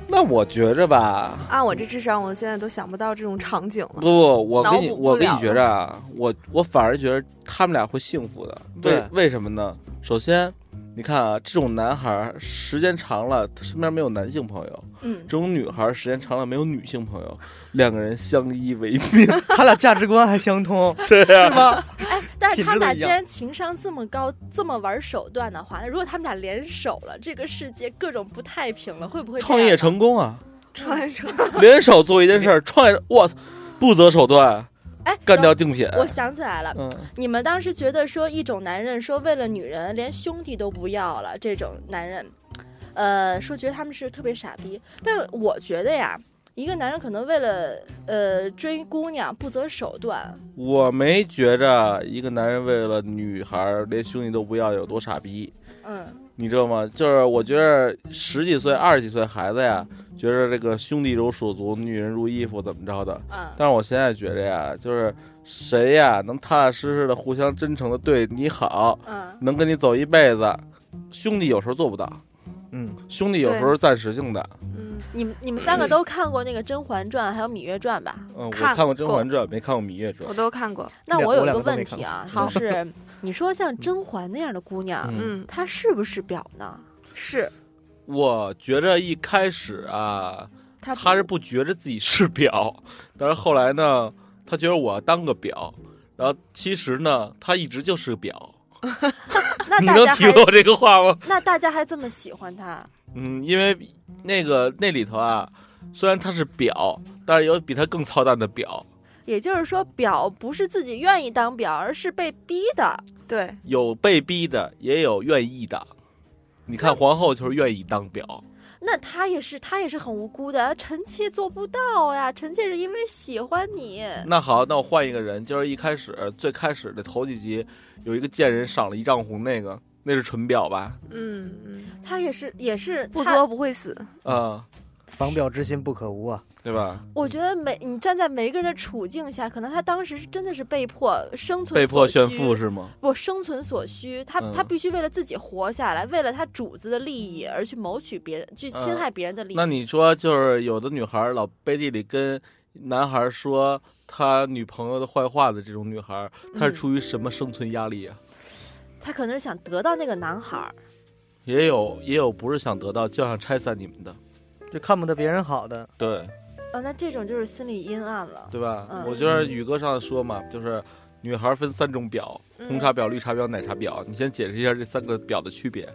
S2: 那我觉着吧，
S4: 按我这智商，我现在都想不到这种场景
S2: 不
S4: 了。
S2: 不，我跟你
S4: 脑补不
S2: 我跟你
S4: 了
S2: 觉着啊，我我反而觉得他们俩会幸福的。为
S3: 对
S2: 为什么呢？首先，你看啊，这种男孩儿时间长了，他身边没有男性朋友；
S1: 嗯
S2: 这，种女孩儿时间长了没有女性朋友，两个人相依为命。
S3: 他俩价值观还相通，
S2: (laughs) 对呀、
S1: 哎，但是他
S3: 品质
S1: 们
S3: 都
S1: 俩
S3: 一
S1: 既
S3: 样
S1: 然情商这么高，这么玩手段的话，那如果他们俩联手了，这个世界各种不太平了，会不会这
S2: 创
S1: 样
S2: 业
S1: 呢
S2: 成功啊，
S4: 穿上
S2: 联手做一件事儿，创业，我操，不择手段
S1: 哎
S2: 干
S1: 等
S2: 掉竞品。
S1: 我想起来了，
S2: 嗯，
S1: 你们当时觉得说一种男人说为了女人连兄弟都不要了，这种男人，呃，说觉得他们是特别傻逼。但我觉得呀，一个男人可能为了呃追姑娘不择手段，
S2: 我没觉着一个男人为了女孩儿连兄弟都不要有多傻逼。
S1: 嗯，
S2: 你知道吗？就是我觉得十几岁、二十几岁孩子呀，觉着这个兄弟如手足，女人如衣服，怎么着的。
S1: 啊、
S2: 但是我现在觉着呀，就是谁呀能踏踏实实的、互相真诚的对你好，
S1: 嗯，
S2: 能跟你走一辈子，兄弟有时候做不到，
S3: 嗯，
S2: 兄弟有时候暂时性的。
S4: 嗯，
S1: 你们你们三个都看过那个《甄嬛传》还有《芈月传》吧？
S2: 嗯，我
S4: 看
S2: 看过《甄嬛传》，没看过《芈月传
S4: 我》。都看过。
S1: 那
S3: 两
S1: 我有
S3: 我
S1: 一
S3: 两
S1: 个
S3: 个都没
S1: 问
S3: 看
S1: 题啊，
S3: (laughs)
S4: 好
S1: 就是你说像甄嬛那样的姑娘，
S2: 嗯
S4: 嗯，
S1: 她是不是婊
S3: (laughs)
S1: 呢？
S4: 是
S2: 我觉着一开始啊，
S4: 他
S2: 他是不觉着自己是表，但是后来呢，他觉得我要当个表，然后其实呢，他一直就是个表。
S1: 那
S2: 你
S1: 大
S2: 能
S1: 家
S2: 体
S1: 还
S2: 会我这个话吗？
S1: 那大家还这么喜欢她？
S2: 嗯，因为那个那里头啊，虽然他是表，但是有比他更操蛋的表。
S1: 也就是说，表不是自己愿意当表，而是被逼的。
S4: 对，
S2: 有被逼的，也有愿意的。你看皇后就是愿意当表，
S1: 那他也是，他也是很无辜的。臣妾做不到呀，臣妾是因为喜欢你。
S2: 那好，那我换一个人，就是一开始最开始的头几集，有一个贱人赏了一丈红，那个那是纯表吧？
S4: 嗯嗯，
S1: 他也是，也是
S4: 不
S1: 他
S4: 作不会死。
S2: 啊、
S3: 防表之心不可无啊！
S2: 对吧？
S1: 我觉得每你站在每一个人的处境下，可能他当时是真的是被迫生存，
S2: 被迫炫富。是吗？
S1: 不，生存所需，他、
S2: 嗯
S1: 他必须为了自己活下来，为了他主子的利益而
S2: 嗯
S1: 去谋取别人，去侵害别人的利益。
S2: 那你说，就是有的女孩儿老背地里跟男孩说他女朋友的坏话的这种女孩，她是
S1: 嗯
S2: 出于什么生存压力啊？
S1: 他可能是想得到那个男孩儿，
S2: 也有也有不是想得到，就想拆散你们的，
S3: 就看不得别人好的，
S2: 对
S1: 哦，那这种就是心理阴暗了。
S2: 对吧？
S1: 嗯
S2: 我觉得宇哥上次说嘛，就是女孩分三种表：
S4: 嗯
S2: 红茶婊、绿茶婊、奶茶婊。你先解释一下这三个婊的区别。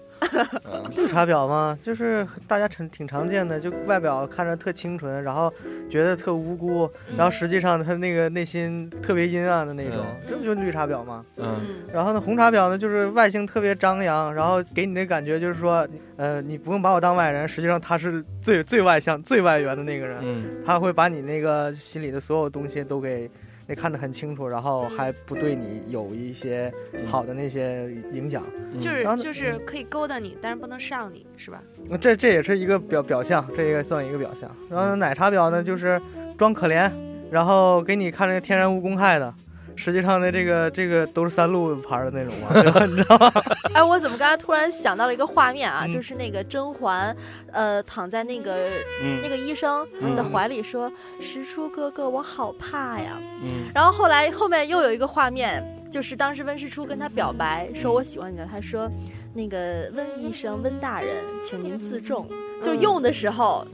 S2: 嗯
S3: 绿茶婊嘛，就是大家常挺常见的，就外表看着特清纯，然后觉得特无辜，
S2: 嗯
S4: 嗯
S3: 然后实际上他那个内心特别阴暗的那种，
S1: 嗯
S3: 这不就绿茶婊吗？
S2: 嗯，
S3: 然后呢，红茶婊呢，就是外形特别张扬，然后给你的感觉就是说，呃，你不用把我当外人，实际上他是最最外向、最外缘的那个人，
S2: 嗯
S3: 他会把你那个心里的所有东西都给那看得很清楚，然后还不对你有一些好的那些影响，
S2: 嗯
S4: 就是
S3: 然后呢
S4: 就是可以勾搭你，但是不能上你，是吧？
S3: 那这这也是一个表表象，这也算一个表象。然后呢，奶茶婊呢，就是装可怜，然后给你看这个天然无公害的，实际上呢，这个这个都是三鹿牌儿的那种嘛，你知道吗？
S1: 哎，我怎么刚才突然想到了一个画面啊，
S3: 嗯
S1: 就是那个甄嬛，呃，躺在那个
S2: 嗯
S1: 那个医生的
S2: 嗯
S1: 怀里说：“石叔哥哥，我好怕呀。”
S2: 嗯
S1: 然后后来后面又有一个画面，就是当时温实初跟他表白，说
S2: 嗯
S1: 我喜欢你了。他说，那个温医生，温大人，请您自重。
S4: 嗯
S1: 就用的时候，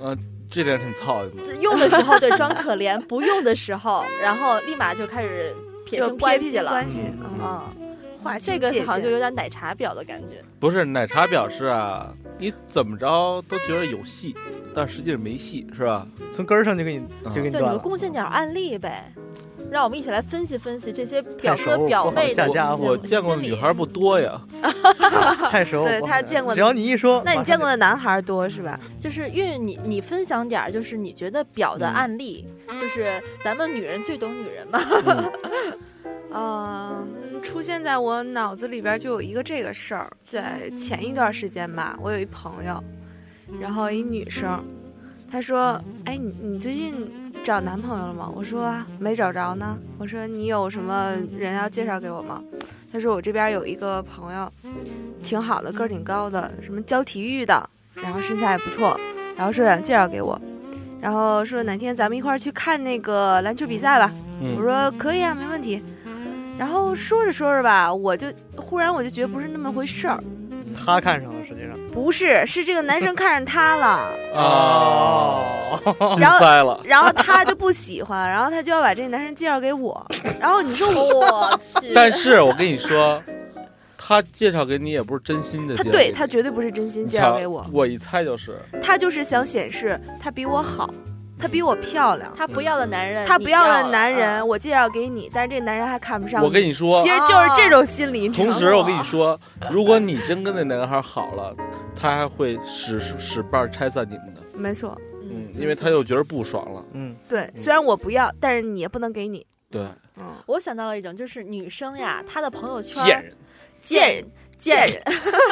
S2: 这点挺操心的。
S1: 用的时候对装可怜，不用的时候，然后立马就开始撇
S4: 就
S1: 清
S4: 撇
S1: 关
S4: 清
S1: 系了。
S4: 关系，
S2: 嗯
S4: 嗯，
S1: 嗯，
S4: 划清
S1: 这个
S4: 界
S1: 好像就
S4: 限。
S1: 有点奶茶婊的感觉。
S2: 不是奶茶婊是啊，你怎么着都觉得有戏，但实际上没戏，是吧？
S3: 从根儿上就给你就给你
S1: 就你
S3: 断
S1: 们
S3: 了。
S1: 贡献点案例呗，让我们一起来分析分析这些表
S3: 太熟
S1: 哥表
S3: 不好
S1: 妹
S3: 下
S1: 的
S3: 家
S1: 心
S3: 伙
S2: 我见过的女孩不多呀，
S3: (laughs) 太熟，
S4: 对
S3: 我
S4: 他见过的
S3: 只要你一说，
S4: 那你见过
S3: 马
S4: 的男孩多是吧？
S1: 就是孕你你分享点儿，就是你觉得表
S2: 嗯
S1: 的案例，就是咱们女人最懂女人嘛。
S4: 呃嗯，出现在我脑子里边就有一个这个事儿，在前一段时间吧，我有一朋友，然后一女生，她说：“哎，你你最近找男朋友了吗？”我说：“啊没找着呢。”我说：“你有什么人要介绍给我吗？”她说：“我这边有一个朋友，挺好的，个儿挺高的，什么教体育的，然后身材也不错，然后说想介绍给我，然后说哪天咱们一块儿去看那个篮球比赛吧。”我
S2: 嗯
S4: 说可以啊，没问题。然后说着说着吧，我就忽然我就觉得不是那么回事儿，
S3: 上去他看上了，实际上
S4: 不是，是这个男生看上她了，
S2: 啊，心
S4: 然后
S2: 塞了，
S4: 然后她就不喜欢，然后她就要把这个男生介绍给我，然后你说 (laughs)
S2: (laughs)
S4: 我，
S1: 我 (laughs) 去
S2: 但是我跟你说，他介绍给你也不是真心的
S4: 她
S2: 介绍给
S4: 对
S2: 你，
S4: 她绝对不是真心
S2: 你
S4: 介绍
S2: 瞧
S4: 给我，
S2: 我一猜就是，
S4: 她就是想显示她比我好，她比我漂亮，
S1: 他不要的男人，
S4: 她
S1: 你
S4: 不
S1: 要
S4: 要
S1: 了
S4: 的男人
S1: 嗯
S4: 我介绍给你，但是这个男人还看不上
S2: 我跟你说
S4: 其，实
S1: 啊
S4: 就是这种心
S1: (laughs)
S4: 理。你知道
S2: 同
S4: 吗
S2: 时我跟你，说，如果你真跟那男孩好了，他还会使使绊拆散你们的，
S4: 没错，
S2: 嗯，因为他又觉得不爽了，
S3: 嗯，
S4: 对，虽然我不要，但是你也不能给你，
S2: 对，
S4: 嗯，
S1: 我想到了一种，就是女生呀，她的朋友圈
S2: 贱人，
S4: 贱人，
S1: 贱人。 (laughs)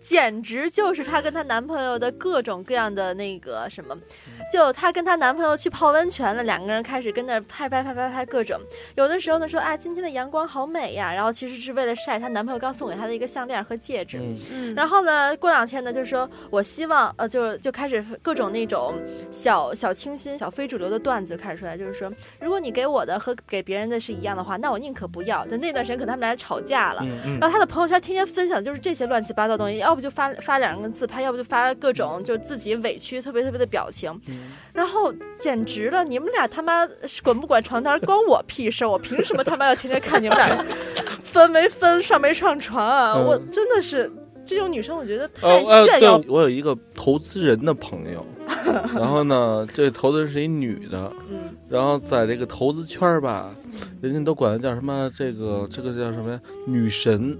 S1: 简直就是她跟她男朋友的各种各样的那个什么，就她跟她男朋友去泡温泉了，两个人开始跟那儿拍拍拍拍拍各种。有的时候呢说啊今天的阳光好美呀，然后其实是为了晒她男朋友刚送给她的一个项链和戒指。
S2: 嗯
S4: 嗯
S1: 然后呢，过两天呢，就说我希望，呃，就是就开始各种那种小小清新、小非主流的段子开始出来，就是说，如果你给我的和给别人的是一样的话，那我宁可不要。就那段时间，可能他们俩吵架了。
S2: 嗯
S3: 嗯
S1: 然后他的朋友圈天天分享就是这些乱七八糟东西，要不就发发两个自拍，要不就发各种就是自己委屈特别特别的表情，
S2: 嗯
S1: 然后简直了！你们俩他妈是滚不滚床单关我屁事儿，我凭什么他妈要天天看你们
S2: (laughs)
S1: 俩分没分上没上床啊？
S2: 嗯
S1: 我真的是这种女生，我觉得
S2: 呃
S1: 太
S2: 呃，
S1: 炫
S2: 对
S1: 耀。，
S2: 我有一个投资人的
S1: (laughs)
S2: 朋友，然后呢，这投资人是一女的，
S1: 嗯，
S2: 然后在这个投资圈儿吧，人家都管她叫什么这个这个叫什么呀？女神，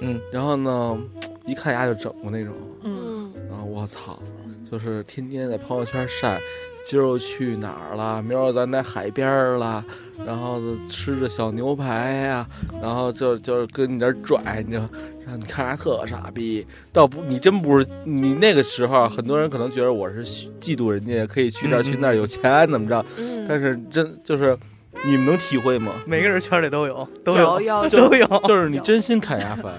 S3: 嗯，
S2: 然后呢，一看丫就整过那种，
S1: 嗯，
S2: 然后我操，就是天天在朋友圈晒，今儿又去哪儿了，明儿又咱在海边儿了，然后吃着小牛排呀、然后就就是跟你这儿拽，你知道，让你看着还特傻逼。倒不，你真不是你那个时候，啊很多人可能觉得我是嫉妒人家可以去这儿
S3: 嗯嗯
S2: 去那儿有钱怎么着，
S4: 嗯
S2: 但是真就是你们能体会吗？
S3: (laughs) 每个人圈里都有，都
S4: 有
S3: 有，
S4: 有
S3: 都有，
S2: 就是你真心看牙烦。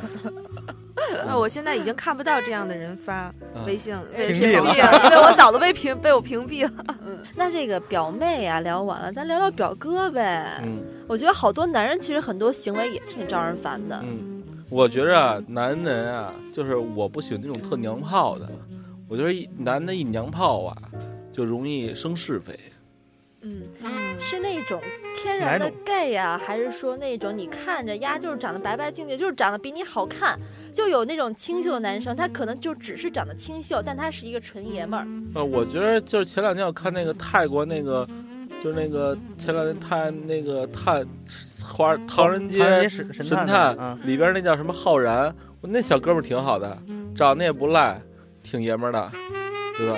S4: 对，呃我现在已经看不到这样的人发
S2: 嗯
S4: 微信了，被
S3: 屏
S4: 屏
S3: 蔽了
S4: 蔽了，因为我早都被屏被我屏蔽了。
S1: 那这个表妹啊，聊完了，咱聊聊表哥呗。
S2: 嗯
S1: 我觉得好多男人其实很多行为也挺招人烦的。
S2: 嗯，我觉着啊，男人啊，就是我不喜欢那种特娘炮的，我觉得一男的一娘炮啊，就容易生是非。
S1: 嗯，是那种天然
S3: 哪
S1: 的
S3: 种
S1: gay 呀、还是说那种你看着呀，就是长得白白净净，就是长得比你好看，就有那种清秀的男生，他可能就只是长得清秀，但他是一个纯爷们儿。
S2: 啊，我觉得就是前两天我看那个泰国那个，就是那个前两天探那个探华唐人
S3: 唐人
S2: 街
S3: 街神
S2: 神
S3: 神探
S2: 探
S3: 啊，
S2: 里边那叫什么浩然，我那小哥们儿挺好的，长得也不赖，挺爷们儿的，对吧？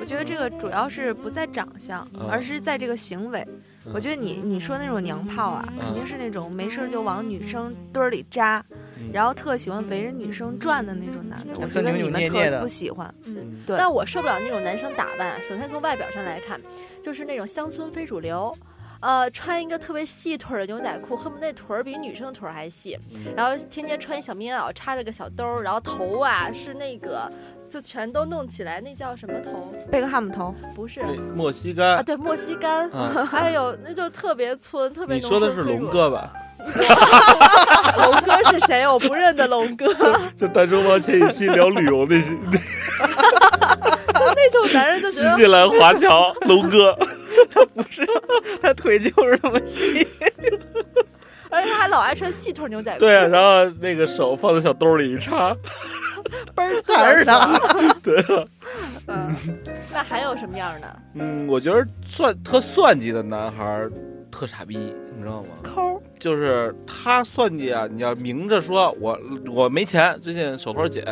S4: 我觉得这个主要是不在长相
S2: 嗯，
S4: 而是在这个行为。
S2: 嗯
S4: 我觉得你你说那种娘炮啊，
S2: 嗯
S4: 肯定是那种没事儿就往女生堆儿里扎
S2: 嗯，
S4: 然后特喜欢围着女生转的那种男的，
S3: 我
S4: 我觉得
S3: 钻牛
S4: 你
S3: 有
S4: 们
S3: 捏捏
S4: 特
S3: 的
S4: 不喜欢。
S1: 嗯，
S4: 对
S1: 但我受不了那种男生打扮。啊首先从外表上来看，就是那种乡村非主流，呃，穿一个特别细腿儿的牛仔裤，恨不得那腿儿比女生的腿儿还细，然后天天穿一小棉袄，插着个小兜儿，然后头啊是那个就全都弄起来，那叫什么头？
S4: 贝克汉姆头，
S1: 不是
S2: 那莫西
S1: 啊，
S2: 干，
S1: 对，莫西干，
S2: 啊
S1: (laughs) 还有哎那就特别村，特别
S2: 你
S1: 农
S2: 说的是
S1: 村非主
S2: 龙，哥吧？
S1: (laughs) 龙哥是谁？我不认得龙
S2: (laughs)
S1: 哥，
S2: (laughs) 就单身汪前一期聊旅游那些，
S1: (laughs) 那种男人就觉
S2: 新
S1: 得
S2: 西兰华侨龙哥，
S3: 他腿就是这么细。
S1: 而且他还老爱穿细腿牛仔裤，
S2: 对啊，然后那个手放在小兜里一插，
S1: (laughs) 倍
S2: (laughs)
S1: 儿
S3: 还是他
S1: 嘚瑟嗯，那还有什么样的？
S2: 嗯，我觉得算特算计的男孩儿特傻逼，你知道吗？
S1: 抠，
S2: 就是他算计啊，你要明着说我我没钱，最近手头紧，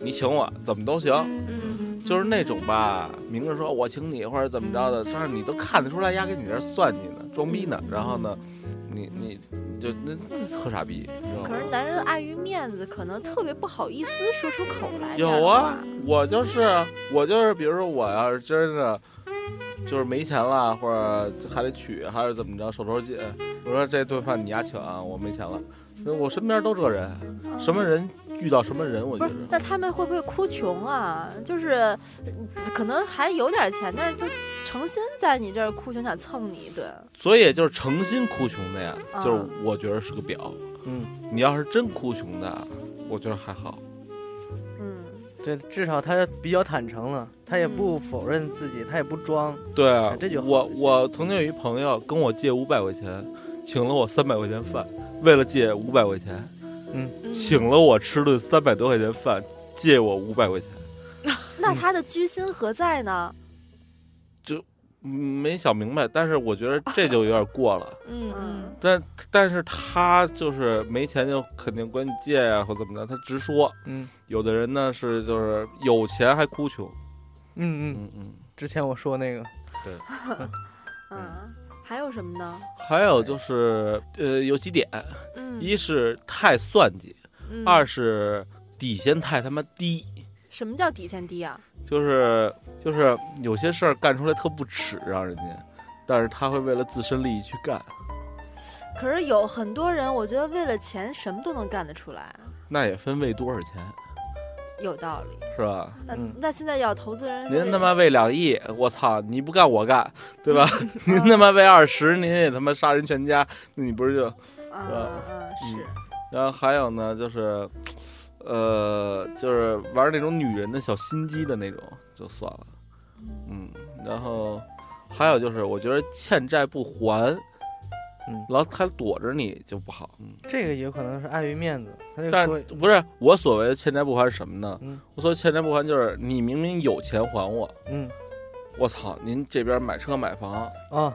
S2: 你请我怎么都行，
S4: 嗯，
S2: 就是那种吧，明着说我请你或者怎么着的，但是你都看得出来，丫给你这儿算计呢，装逼呢，然后呢，你你你就那那特傻逼，你知道
S1: 可是
S2: 吗？
S1: 男人碍于面子，可能特别不好意思说出口来。这样
S2: 有
S1: 的
S2: 啊
S1: 话，
S2: 我就是我就是，比如说我要是真的就是没钱了，或者还得娶，还是怎么着，手头紧，我说这顿饭你丫请啊，我没钱了。那我身边都这人，
S1: 嗯
S2: 什么人遇到什么人，我
S1: 不
S2: 觉
S1: 是
S2: 得，
S1: 那他们会不会哭穷啊？就是呃可能还有点钱，但是就诚心在你这儿哭穷，想蹭你一顿。
S2: 所以就是诚心哭穷的呀，
S1: 啊
S2: 就是我觉得是个表。
S3: 嗯，
S2: 你要是真哭穷的，我觉得还好。
S1: 嗯，
S3: 对，至少他比较坦诚了，他也不否认自己，他也不装。
S2: 对啊
S3: 啊，这就好
S2: 我我曾经有一朋友跟我借五百块钱，请了我三百块钱饭，为了借五百块钱，请了我吃顿三百多块钱饭，借我五百块钱，
S1: 那他的居心何在呢？
S2: 嗯没想明白。但是我觉得这就有点过了。 (laughs)
S4: 嗯嗯，
S2: 但但是他就是没钱就肯定管你借呀、或怎么着，他直说。
S3: 嗯
S2: 有的人呢是就是有钱还哭穷。
S3: 嗯嗯，
S2: 嗯嗯。
S3: 之前我说那个，
S1: 嗯，还有什么呢？
S2: 还有就是呃有几点，
S4: 嗯
S2: 一是太算计，
S4: 嗯
S2: 二是底线太他妈低，
S1: 什么叫底线低啊？
S2: 就是就是有些事儿干出来特不耻，让人家，但是他会为了自身利益去干，
S1: 可是有很多人，我觉得为了钱什么都能干得出来，啊
S2: 那也分为多少钱
S1: 有道理。
S2: 是吧？
S1: 那、
S3: 嗯
S1: 那现在要投资人，
S2: 您他妈为两亿，我操！你不干我干，对吧？
S3: 嗯
S2: 您他妈为二十，您也他妈杀人全家，那你不是就
S1: 啊
S2: 是吧
S1: 啊啊是，
S2: 然后还有呢，就是，呃，就是玩那种女人的小心机的那种，就算了。嗯，然后还有就是，我觉得欠债不还，
S3: 嗯哎
S2: 然后还躲着你就不好。嗯，
S3: 这个也可能是碍于面子，他就
S2: 但
S3: 说
S2: 不是我所谓的欠债不还是什么呢？
S3: 嗯
S2: 我所谓欠债不还就是你明明有钱还我，
S3: 嗯
S2: 我操，您这边买车买房，
S3: 啊，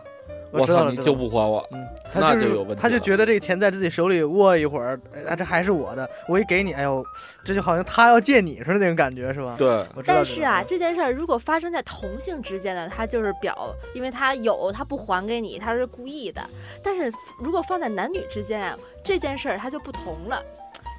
S2: 我
S3: 知道
S2: 操，
S3: 了
S2: 你
S3: 知道
S2: 就
S3: 了
S2: 不还我，
S3: 嗯，
S2: 那
S3: 他
S2: 就是有问题
S3: 他就
S2: 了
S3: 觉得这个钱在自己手里握一会儿，哎，这还是我的，我一给你，哎呦，这就好像他要借你似的那种感觉，是吧？
S2: 对。
S3: 我知道
S1: 但
S3: 这
S1: 是
S3: 个
S1: 啊，，这件事儿如果发生在同性之间呢，他就是表，因为他有他不还给你，他是故意的。但是如果放在男女之间啊，这件事儿他就不同了。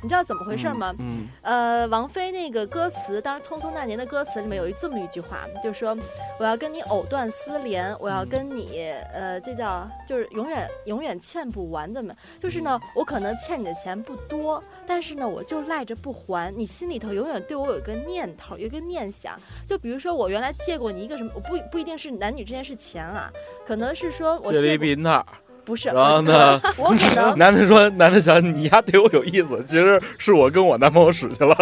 S1: 你知道怎么回事儿吗？
S2: 嗯，
S1: 呃，王菲那个歌词，当时《匆匆那年》的歌词里面有一这么一句话，就是说我要跟你藕断丝连，我要跟你，呃，这叫就是永远永远欠不完的嘛。就是
S2: 嗯
S1: 呢，我可能欠你的钱不多，但是呢，我就赖着不还，你心里头永远对我有一个念头，有一个念想。就比如说我原来借过你一个什么，我不不一定是男女之间是钱啊，可能是说我
S2: 借了
S1: 借
S2: 一
S1: 过
S2: 避孕套，
S1: 不是，
S2: 然
S1: (laughs)
S2: 后呢，
S1: 我可能
S2: 男的说，男的想你丫对我有意思，其实是我跟我男朋友使去了，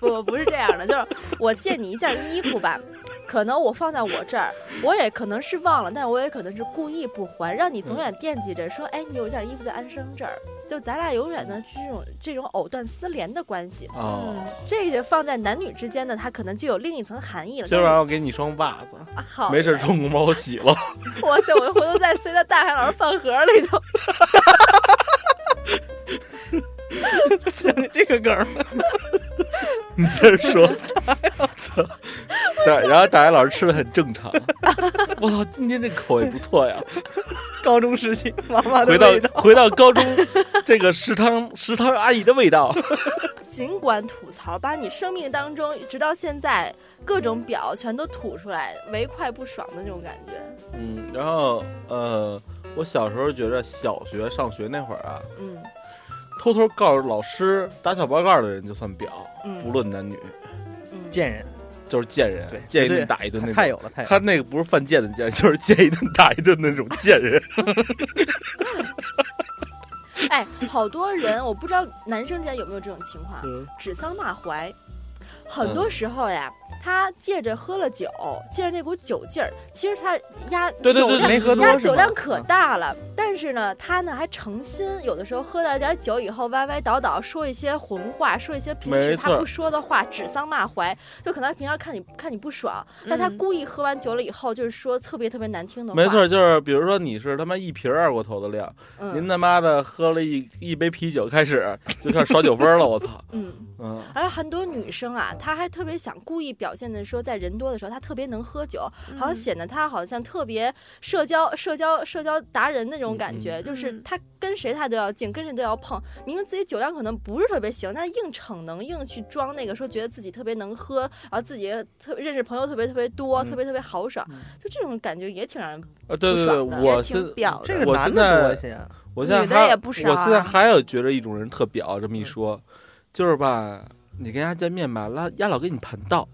S1: 不不是这样的，就是我借你一件衣服吧，可能我放在我这儿，我也可能是忘了，但我也可能是故意不还，让你
S2: 嗯
S1: 永远惦记着，说，哎，你有一件衣服在安生这儿，就咱俩永远的这种这种藕断丝连的关系。
S2: 哦，
S4: 嗯
S1: 这个放在男女之间呢，它可能就有另一层含义了。
S2: 今儿晚上我给你双袜子，
S1: 但是好，(laughs)
S2: 没事，中午把我洗了，
S1: 哇塞，我回头再塞到大海老师饭盒里头。 (laughs)
S3: 想起这个梗儿，
S2: 你接
S1: (laughs)
S2: 着说，操，对，然后大学老师吃的很正
S1: (laughs)
S2: 常，我操，今天这口味不错呀，
S3: 高中时期妈妈的
S2: 回到
S3: 味道
S2: 回到高中这个食
S1: (laughs)
S2: 堂食堂阿姨的味道，
S1: 尽管吐槽，把你生命当中直到现在各种表全都吐出来，唯快不爽的那种感觉。
S2: 嗯，然后呃，我小时候觉着小学上学那会儿啊，
S1: 嗯
S2: 偷偷告诉老师打小报告的人就算婊，
S1: 嗯
S2: 不论男女，
S1: 嗯。
S3: 贱人，
S2: 就是贱人
S3: 对，
S2: 见
S3: 绝
S2: 一
S3: 对
S2: 顿打一顿那
S3: 太
S2: 种。
S3: 有了，太有了
S2: 他那个不是犯贱的贱，就是见一顿打一顿的那种
S3: (laughs)
S2: 贱人。 (laughs)
S1: 哎，好多人我不知道男生之间有没有这种情况，啊
S2: 嗯
S1: 指桑骂槐。很多时候呀，他借着喝了酒，借着那股酒劲儿，其实他压
S2: 对对
S1: 酒
S2: 对
S1: 量
S3: 没喝多
S1: 压
S3: 是
S1: 酒
S3: 吧
S1: 量
S2: 嗯
S1: 可大了。但是呢，他呢还诚心，有的时候喝了点酒以后，歪歪倒倒说一些混话，说一些平时
S2: 没
S1: 他
S2: 错
S1: 不说的话，指桑骂槐。就可能他平常看你看你不爽，但他
S5: 嗯
S1: 故意喝完酒了以后，就是说特别特别难听的话。
S2: 没，错，就是比如说你是他妈一瓶二锅头的量，您
S1: 嗯
S2: 他妈的喝了一一杯啤酒开始就开始耍酒疯了，我操！
S1: 嗯。
S2: 嗯，
S1: 而很多女生啊，她还特别想故意表现的说，在人多的时候，她特别能喝酒，
S4: 嗯
S1: 好像显得她好像特别社交、社交、社交达人那种感觉，就是
S5: 嗯
S1: 她跟谁她都要敬，跟谁都要碰。明明自己酒量可能不是特别行，但硬逞能，硬去装那个说觉得自己特别能喝，然后自己特认识朋友特别特别多，
S4: 嗯
S1: 特别特别豪爽，就这种感觉也挺让人
S2: 啊，
S1: (laughs)
S2: 对对
S1: 不
S2: 对，
S1: 爽的
S2: 我
S4: 也挺
S2: 现
S4: 婊
S3: 这
S4: 的。
S3: 个
S2: 我
S3: 男
S2: 现
S3: 的多
S2: 在
S3: 一些啊，
S2: 我现在
S4: 女的
S2: 还
S4: 也不少
S2: 我现在
S4: 啊嗯
S2: 还有觉得一种人特婊，这么一说，就是吧，你跟人家见面吧，拉丫老跟你盘道，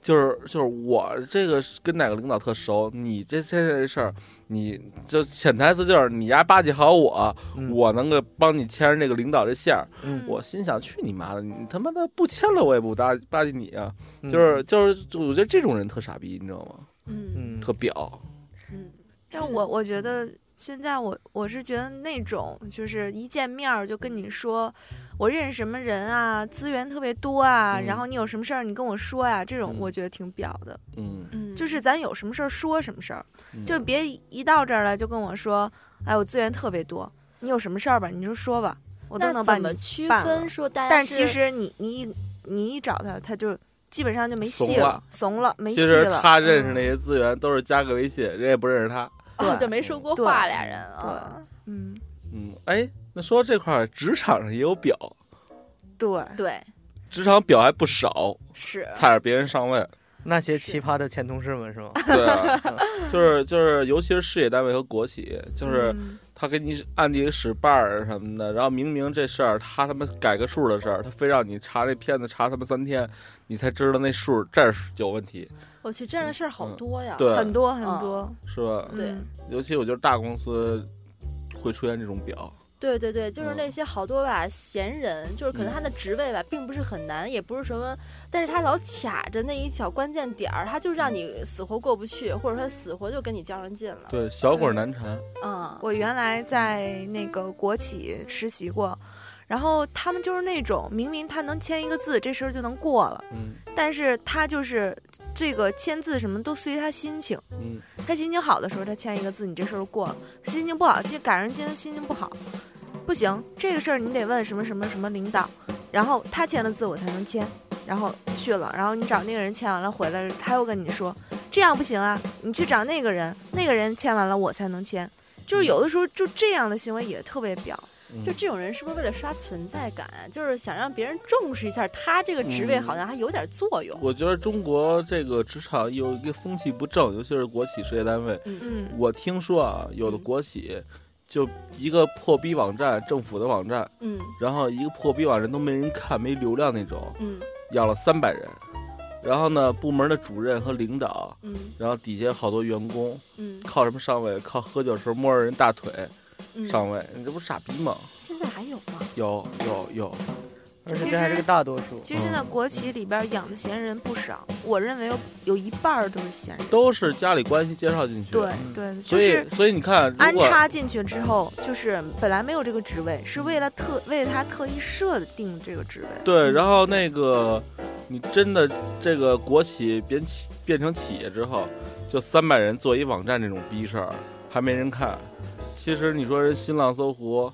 S2: 就是就是我这个是跟哪个领导特熟，你这这这事儿，你就潜台词就是你丫巴结好我，
S3: 嗯
S2: 我能够帮你牵上这个领导这线儿。
S3: 嗯
S2: 我心想，去你妈的，你他妈的不牵了我也不搭巴结你啊！
S3: 嗯
S2: 就是就是，就我觉得这种人特傻逼，你知道吗？
S1: 嗯
S3: 嗯，
S2: 特婊。
S4: 但我我觉得现在我我是觉得那种就是一见面儿就跟你说我认识什么人啊，资源特别多啊，
S2: 嗯
S4: 然后你有什么事儿你跟我说呀、这种
S2: 嗯
S4: 我觉得挺表的。
S2: 嗯，
S1: 嗯，
S4: 就是咱有什么事儿说什么事儿，
S2: 嗯
S4: 就别一到这儿来就跟我说，哎，我资源特别多，你有什么事儿吧，你就说吧，我都
S1: 那
S4: 能帮
S1: 怎么
S4: 你。
S1: 区
S4: 办
S1: 分
S4: 了
S1: 说大家
S4: 但是其实你你你一找他，他就基本上就没戏
S2: 怂了
S4: 了，怂了，没
S2: 其
S4: 戏
S2: 实
S4: 了。嗯
S2: 他认识那些资源都是加个微信，人也不认识他。
S1: 哦
S4: 对
S1: (laughs) 就没说过
S4: 对
S1: 话，俩人啊。
S4: 嗯，
S2: 嗯，哎，那说到这块儿，职场上也有表，
S4: 对，
S1: 对，
S2: 职场表还不少，
S1: 是，
S2: 踩着别人
S4: (laughs)
S2: 上位。
S3: 那些奇葩的前同事们是吗？
S2: 对啊、就是就是，尤其是事业单位和国企，就是
S4: 嗯
S2: 他给你暗地里使绊儿什么的，然后明明这事儿他他妈改个数的事儿，他非让你查这片子查他妈三天，你才知道那数这儿有问题，
S1: 我去，这样的事儿好
S2: 嗯
S1: 多呀。
S2: 对，
S4: 啊很多很
S1: 嗯
S4: 多，
S2: 是吧？
S1: 对
S4: 嗯
S2: 尤其我觉得大公司会出现这种表，
S1: 对对对，就是
S2: 嗯
S1: 那些好多吧闲人，就是可能
S2: 嗯
S1: 他的职位吧，并不是很难，也不是什么，但是他老卡着那一小关键点儿，他就让你死活过不去，或者说死活就跟你较上劲了。
S2: 对，小鬼难缠，嗯
S1: 啊，
S4: 我原来在那个国企实习过，然后他们就是那种明明他能签一个字，这事儿就能过了。
S2: 嗯
S4: 但是他就是这个签字什么都随他心情，
S2: 嗯，
S4: 他心情好的时候他签一个字，你这事儿就过了；心情不好，就赶上今天心情不好，不行，这个事儿你得问什么什么什么领导，然后他签了字我才能签，然后去了，然后你找那个人签完了回来，他又跟你说这样不行啊，你去找那个人，那个人签完了我才能签，就是有的时候就这样的行为也特别表，
S2: 嗯
S1: 就这种人是不是为了刷存在感，啊就是想让别人重视一下他这个职位，
S2: 嗯
S1: 好像还有点作用。
S2: 我觉得中国这个职场有一个风气不正，尤其是国企事业单位。
S4: 嗯，
S2: 我听说啊，有的
S1: 嗯
S2: 国企就一个破逼网站，政府的网站，
S1: 嗯
S2: 然后一个破逼网站都没人看，没流量那种，
S1: 嗯
S2: 要了三百人。然后呢，部门的主任和领导，
S1: 嗯
S2: 然后底下好多员工，
S1: 嗯
S2: 靠什么上位？靠喝酒时候摸着人大腿
S1: 嗯，
S2: 上位，你这不是傻逼吗？
S1: 现在还有吗？
S2: 有有有，
S3: 而且这还是个大多数。
S4: 其实现在国企里边养的闲人不少，我认为有有一半儿都是闲人。
S2: 都是家里关系介绍进去。
S4: 对，对，就
S2: 嗯所以
S4: 是
S2: 所以你看，如
S4: 安
S2: 果
S4: 插进去之后，就是本来没有这个职位，是为了特为了他特意设定这个职位。
S2: 对，然后那个你真的这个国企变企变成企业之后，就三百人做一网站这种逼事儿，还没人看。其实你说人新浪、搜狐，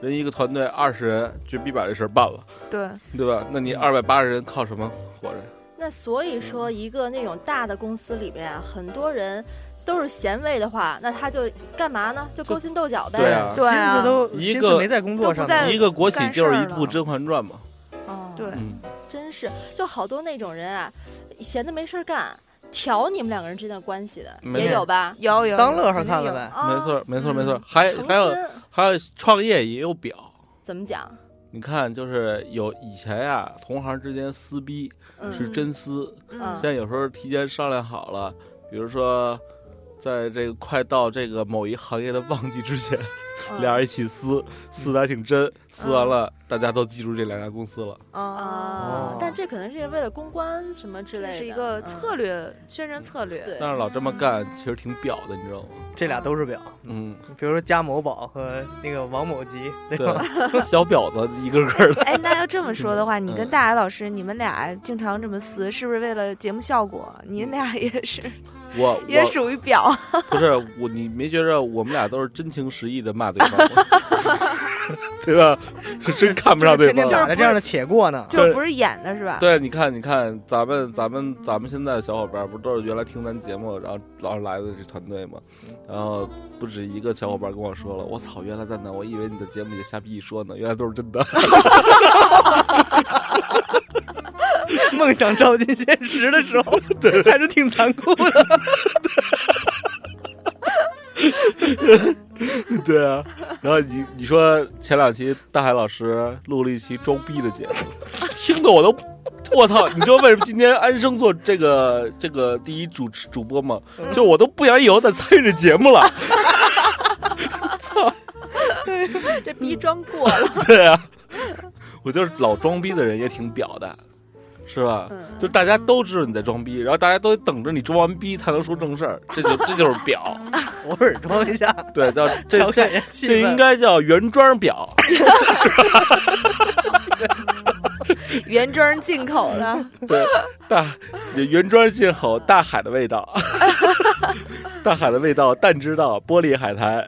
S2: 人一个团队二十人，绝逼把这事儿办了，
S4: 对，
S2: 对吧？那你二百八十人靠什么活着？
S1: 那所以说，一个那种大的公司里面啊，很多人都是闲位的话，那他就干嘛呢？就勾心斗角呗。
S2: 对啊
S4: 对啊
S3: 心思都
S2: 一
S3: 心
S2: 个
S3: 思没在工作上
S4: 都不在
S3: 呢，
S4: 哎
S2: 一个国企
S4: 干事
S2: 就
S4: 儿
S2: 是一部
S4: 了
S2: 《甄嬛传》嘛，
S1: 哦，
S4: 对
S2: 嗯，
S1: 真是就好多那种人啊，闲的没事儿干，挑你们两个人之间的关系的
S2: 没
S1: 也有吧？
S4: 有有
S3: 当
S4: 有
S3: 乐呵
S4: 肯定
S3: 看了
S4: 有
S3: 呗。
S1: 啊
S2: 没错，儿，没错儿，没错儿
S4: 嗯。
S2: 还
S1: 诚
S2: 还有
S1: 心
S2: 还有创业也有表，
S1: 怎么讲？
S2: 你看就是有以前呀、同行之间撕逼是
S1: 嗯，
S2: 真撕，
S1: 嗯
S2: 现在有时候提前商量好了，比如说，在这个快到这个某一行业的旺季之前，
S1: 嗯
S2: 俩人一起撕，撕的还挺真，撕完了大家都记住这两家公司了。
S4: 啊
S1: 啊，但这可能是为了公关什么之类
S4: 这
S1: 的，
S4: 是一个策
S1: 略。
S4: 略宣传策略。
S1: 对，
S2: 但是老这么干其实挺表的，你知道吗？
S3: 这俩都是表，
S2: 嗯，
S3: 比如说加某宝和那个王某吉，对吧？
S2: 对，啊小婊子一个
S1: (laughs)
S2: 个的。
S4: 哎，那要这么说的
S2: (laughs)
S4: 话，你跟
S2: 嗯
S4: 大海老师，你们俩经常这么撕，是不是为了节目效果？你俩也
S2: (laughs)
S4: 是，
S2: 我
S4: 也
S2: 嗯我
S4: 属于
S2: (laughs)
S4: 表。
S2: 不是我，你没觉着我们俩都是真情实意的骂对方吗？ (laughs)
S1: (laughs)
S2: 对吧？是真看不上对
S3: 天
S2: 方
S3: 天。打着这样的且过呢，
S4: 就是不是演的是吧？
S2: 对，你看，你看，咱们咱们咱们现在的小伙伴不都是原来听咱节目，然后然后来的这团队吗？然后不止一个小伙伴跟我说了，我操，原来蛋蛋，我以为你的节目里瞎逼一说呢，原来都是真的。 (laughs)
S3: (laughs) 梦想照进现实的时 (laughs) 候，还是挺残酷的。
S2: 对啊，然后你你说前两期大海老师录了一期装逼的节目，听得我都。我操！你知道为什么今天安生做这个这个第一主持主播吗？就我都不想以后再参与这节目了。
S1: 这逼装过了，
S2: (laughs) 对啊，我就是老装逼的人也挺表的，是吧？
S1: 嗯
S2: 就大家都知道你在装逼，然后大家都等着你装完逼才能说正事儿，这就这就是表，
S3: (laughs) 偶尔装一下，
S2: 对，叫这
S3: 调
S2: 这
S3: 侃一下气氛。
S2: 这应该叫原装表，
S4: 原装进口
S2: (laughs)
S4: 的，
S2: 对，大原装进口大海的味道， (laughs) 大海的味道，蛋知道，玻璃海苔，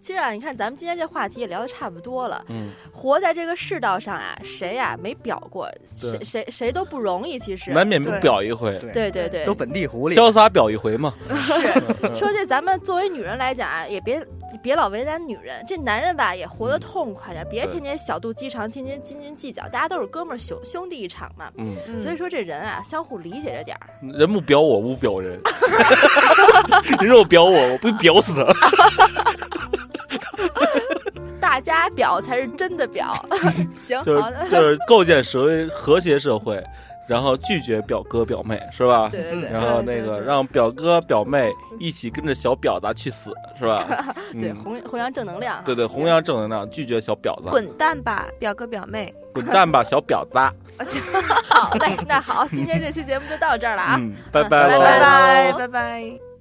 S1: 其实啊，你看咱们今天这话题也聊得差不多了。
S2: 嗯，
S1: 活在这个世道上啊，谁呀、没表过，谁谁谁都不容易。其实，
S2: 难免不
S4: 对
S2: 表一回，
S3: 对
S1: 对对对，
S3: 都本地狐狸，
S2: 潇洒表一回嘛，嗯
S1: 是。说这咱们作为女人来讲啊，也别别老为难女人。这男人吧，也活得痛快点，别
S2: 对
S1: 天天小肚鸡肠，天天斤斤计较。大家都是哥们儿兄兄弟一场嘛。
S2: 嗯，
S1: 所以
S4: 说
S1: 说这人啊，相互理解着点儿。
S2: 人不表我，我不表人， (laughs) 人若表我，我不表死他。
S1: 大家表才是真的表。
S2: (laughs)
S4: (laughs)
S1: 行，
S2: 就
S1: 好的
S2: 是，就是构建社会和谐社会，然后拒绝表哥表妹，是吧？
S1: 对对对。
S2: 然后
S4: 对对
S2: 那个
S4: 对
S2: 让表哥表妹一起跟着小婊子去死，是吧？
S1: 对，
S2: 嗯
S1: 弘弘扬正能量哈。啊
S2: 对对，弘扬正能量，拒绝小婊子，
S4: 滚蛋吧，表哥表妹。
S2: 滚蛋吧，小婊子！
S1: 好嘞，那好，今天这期节目就到这儿了啊。
S2: 嗯，拜
S1: 拜
S2: 喽。
S4: 拜拜拜。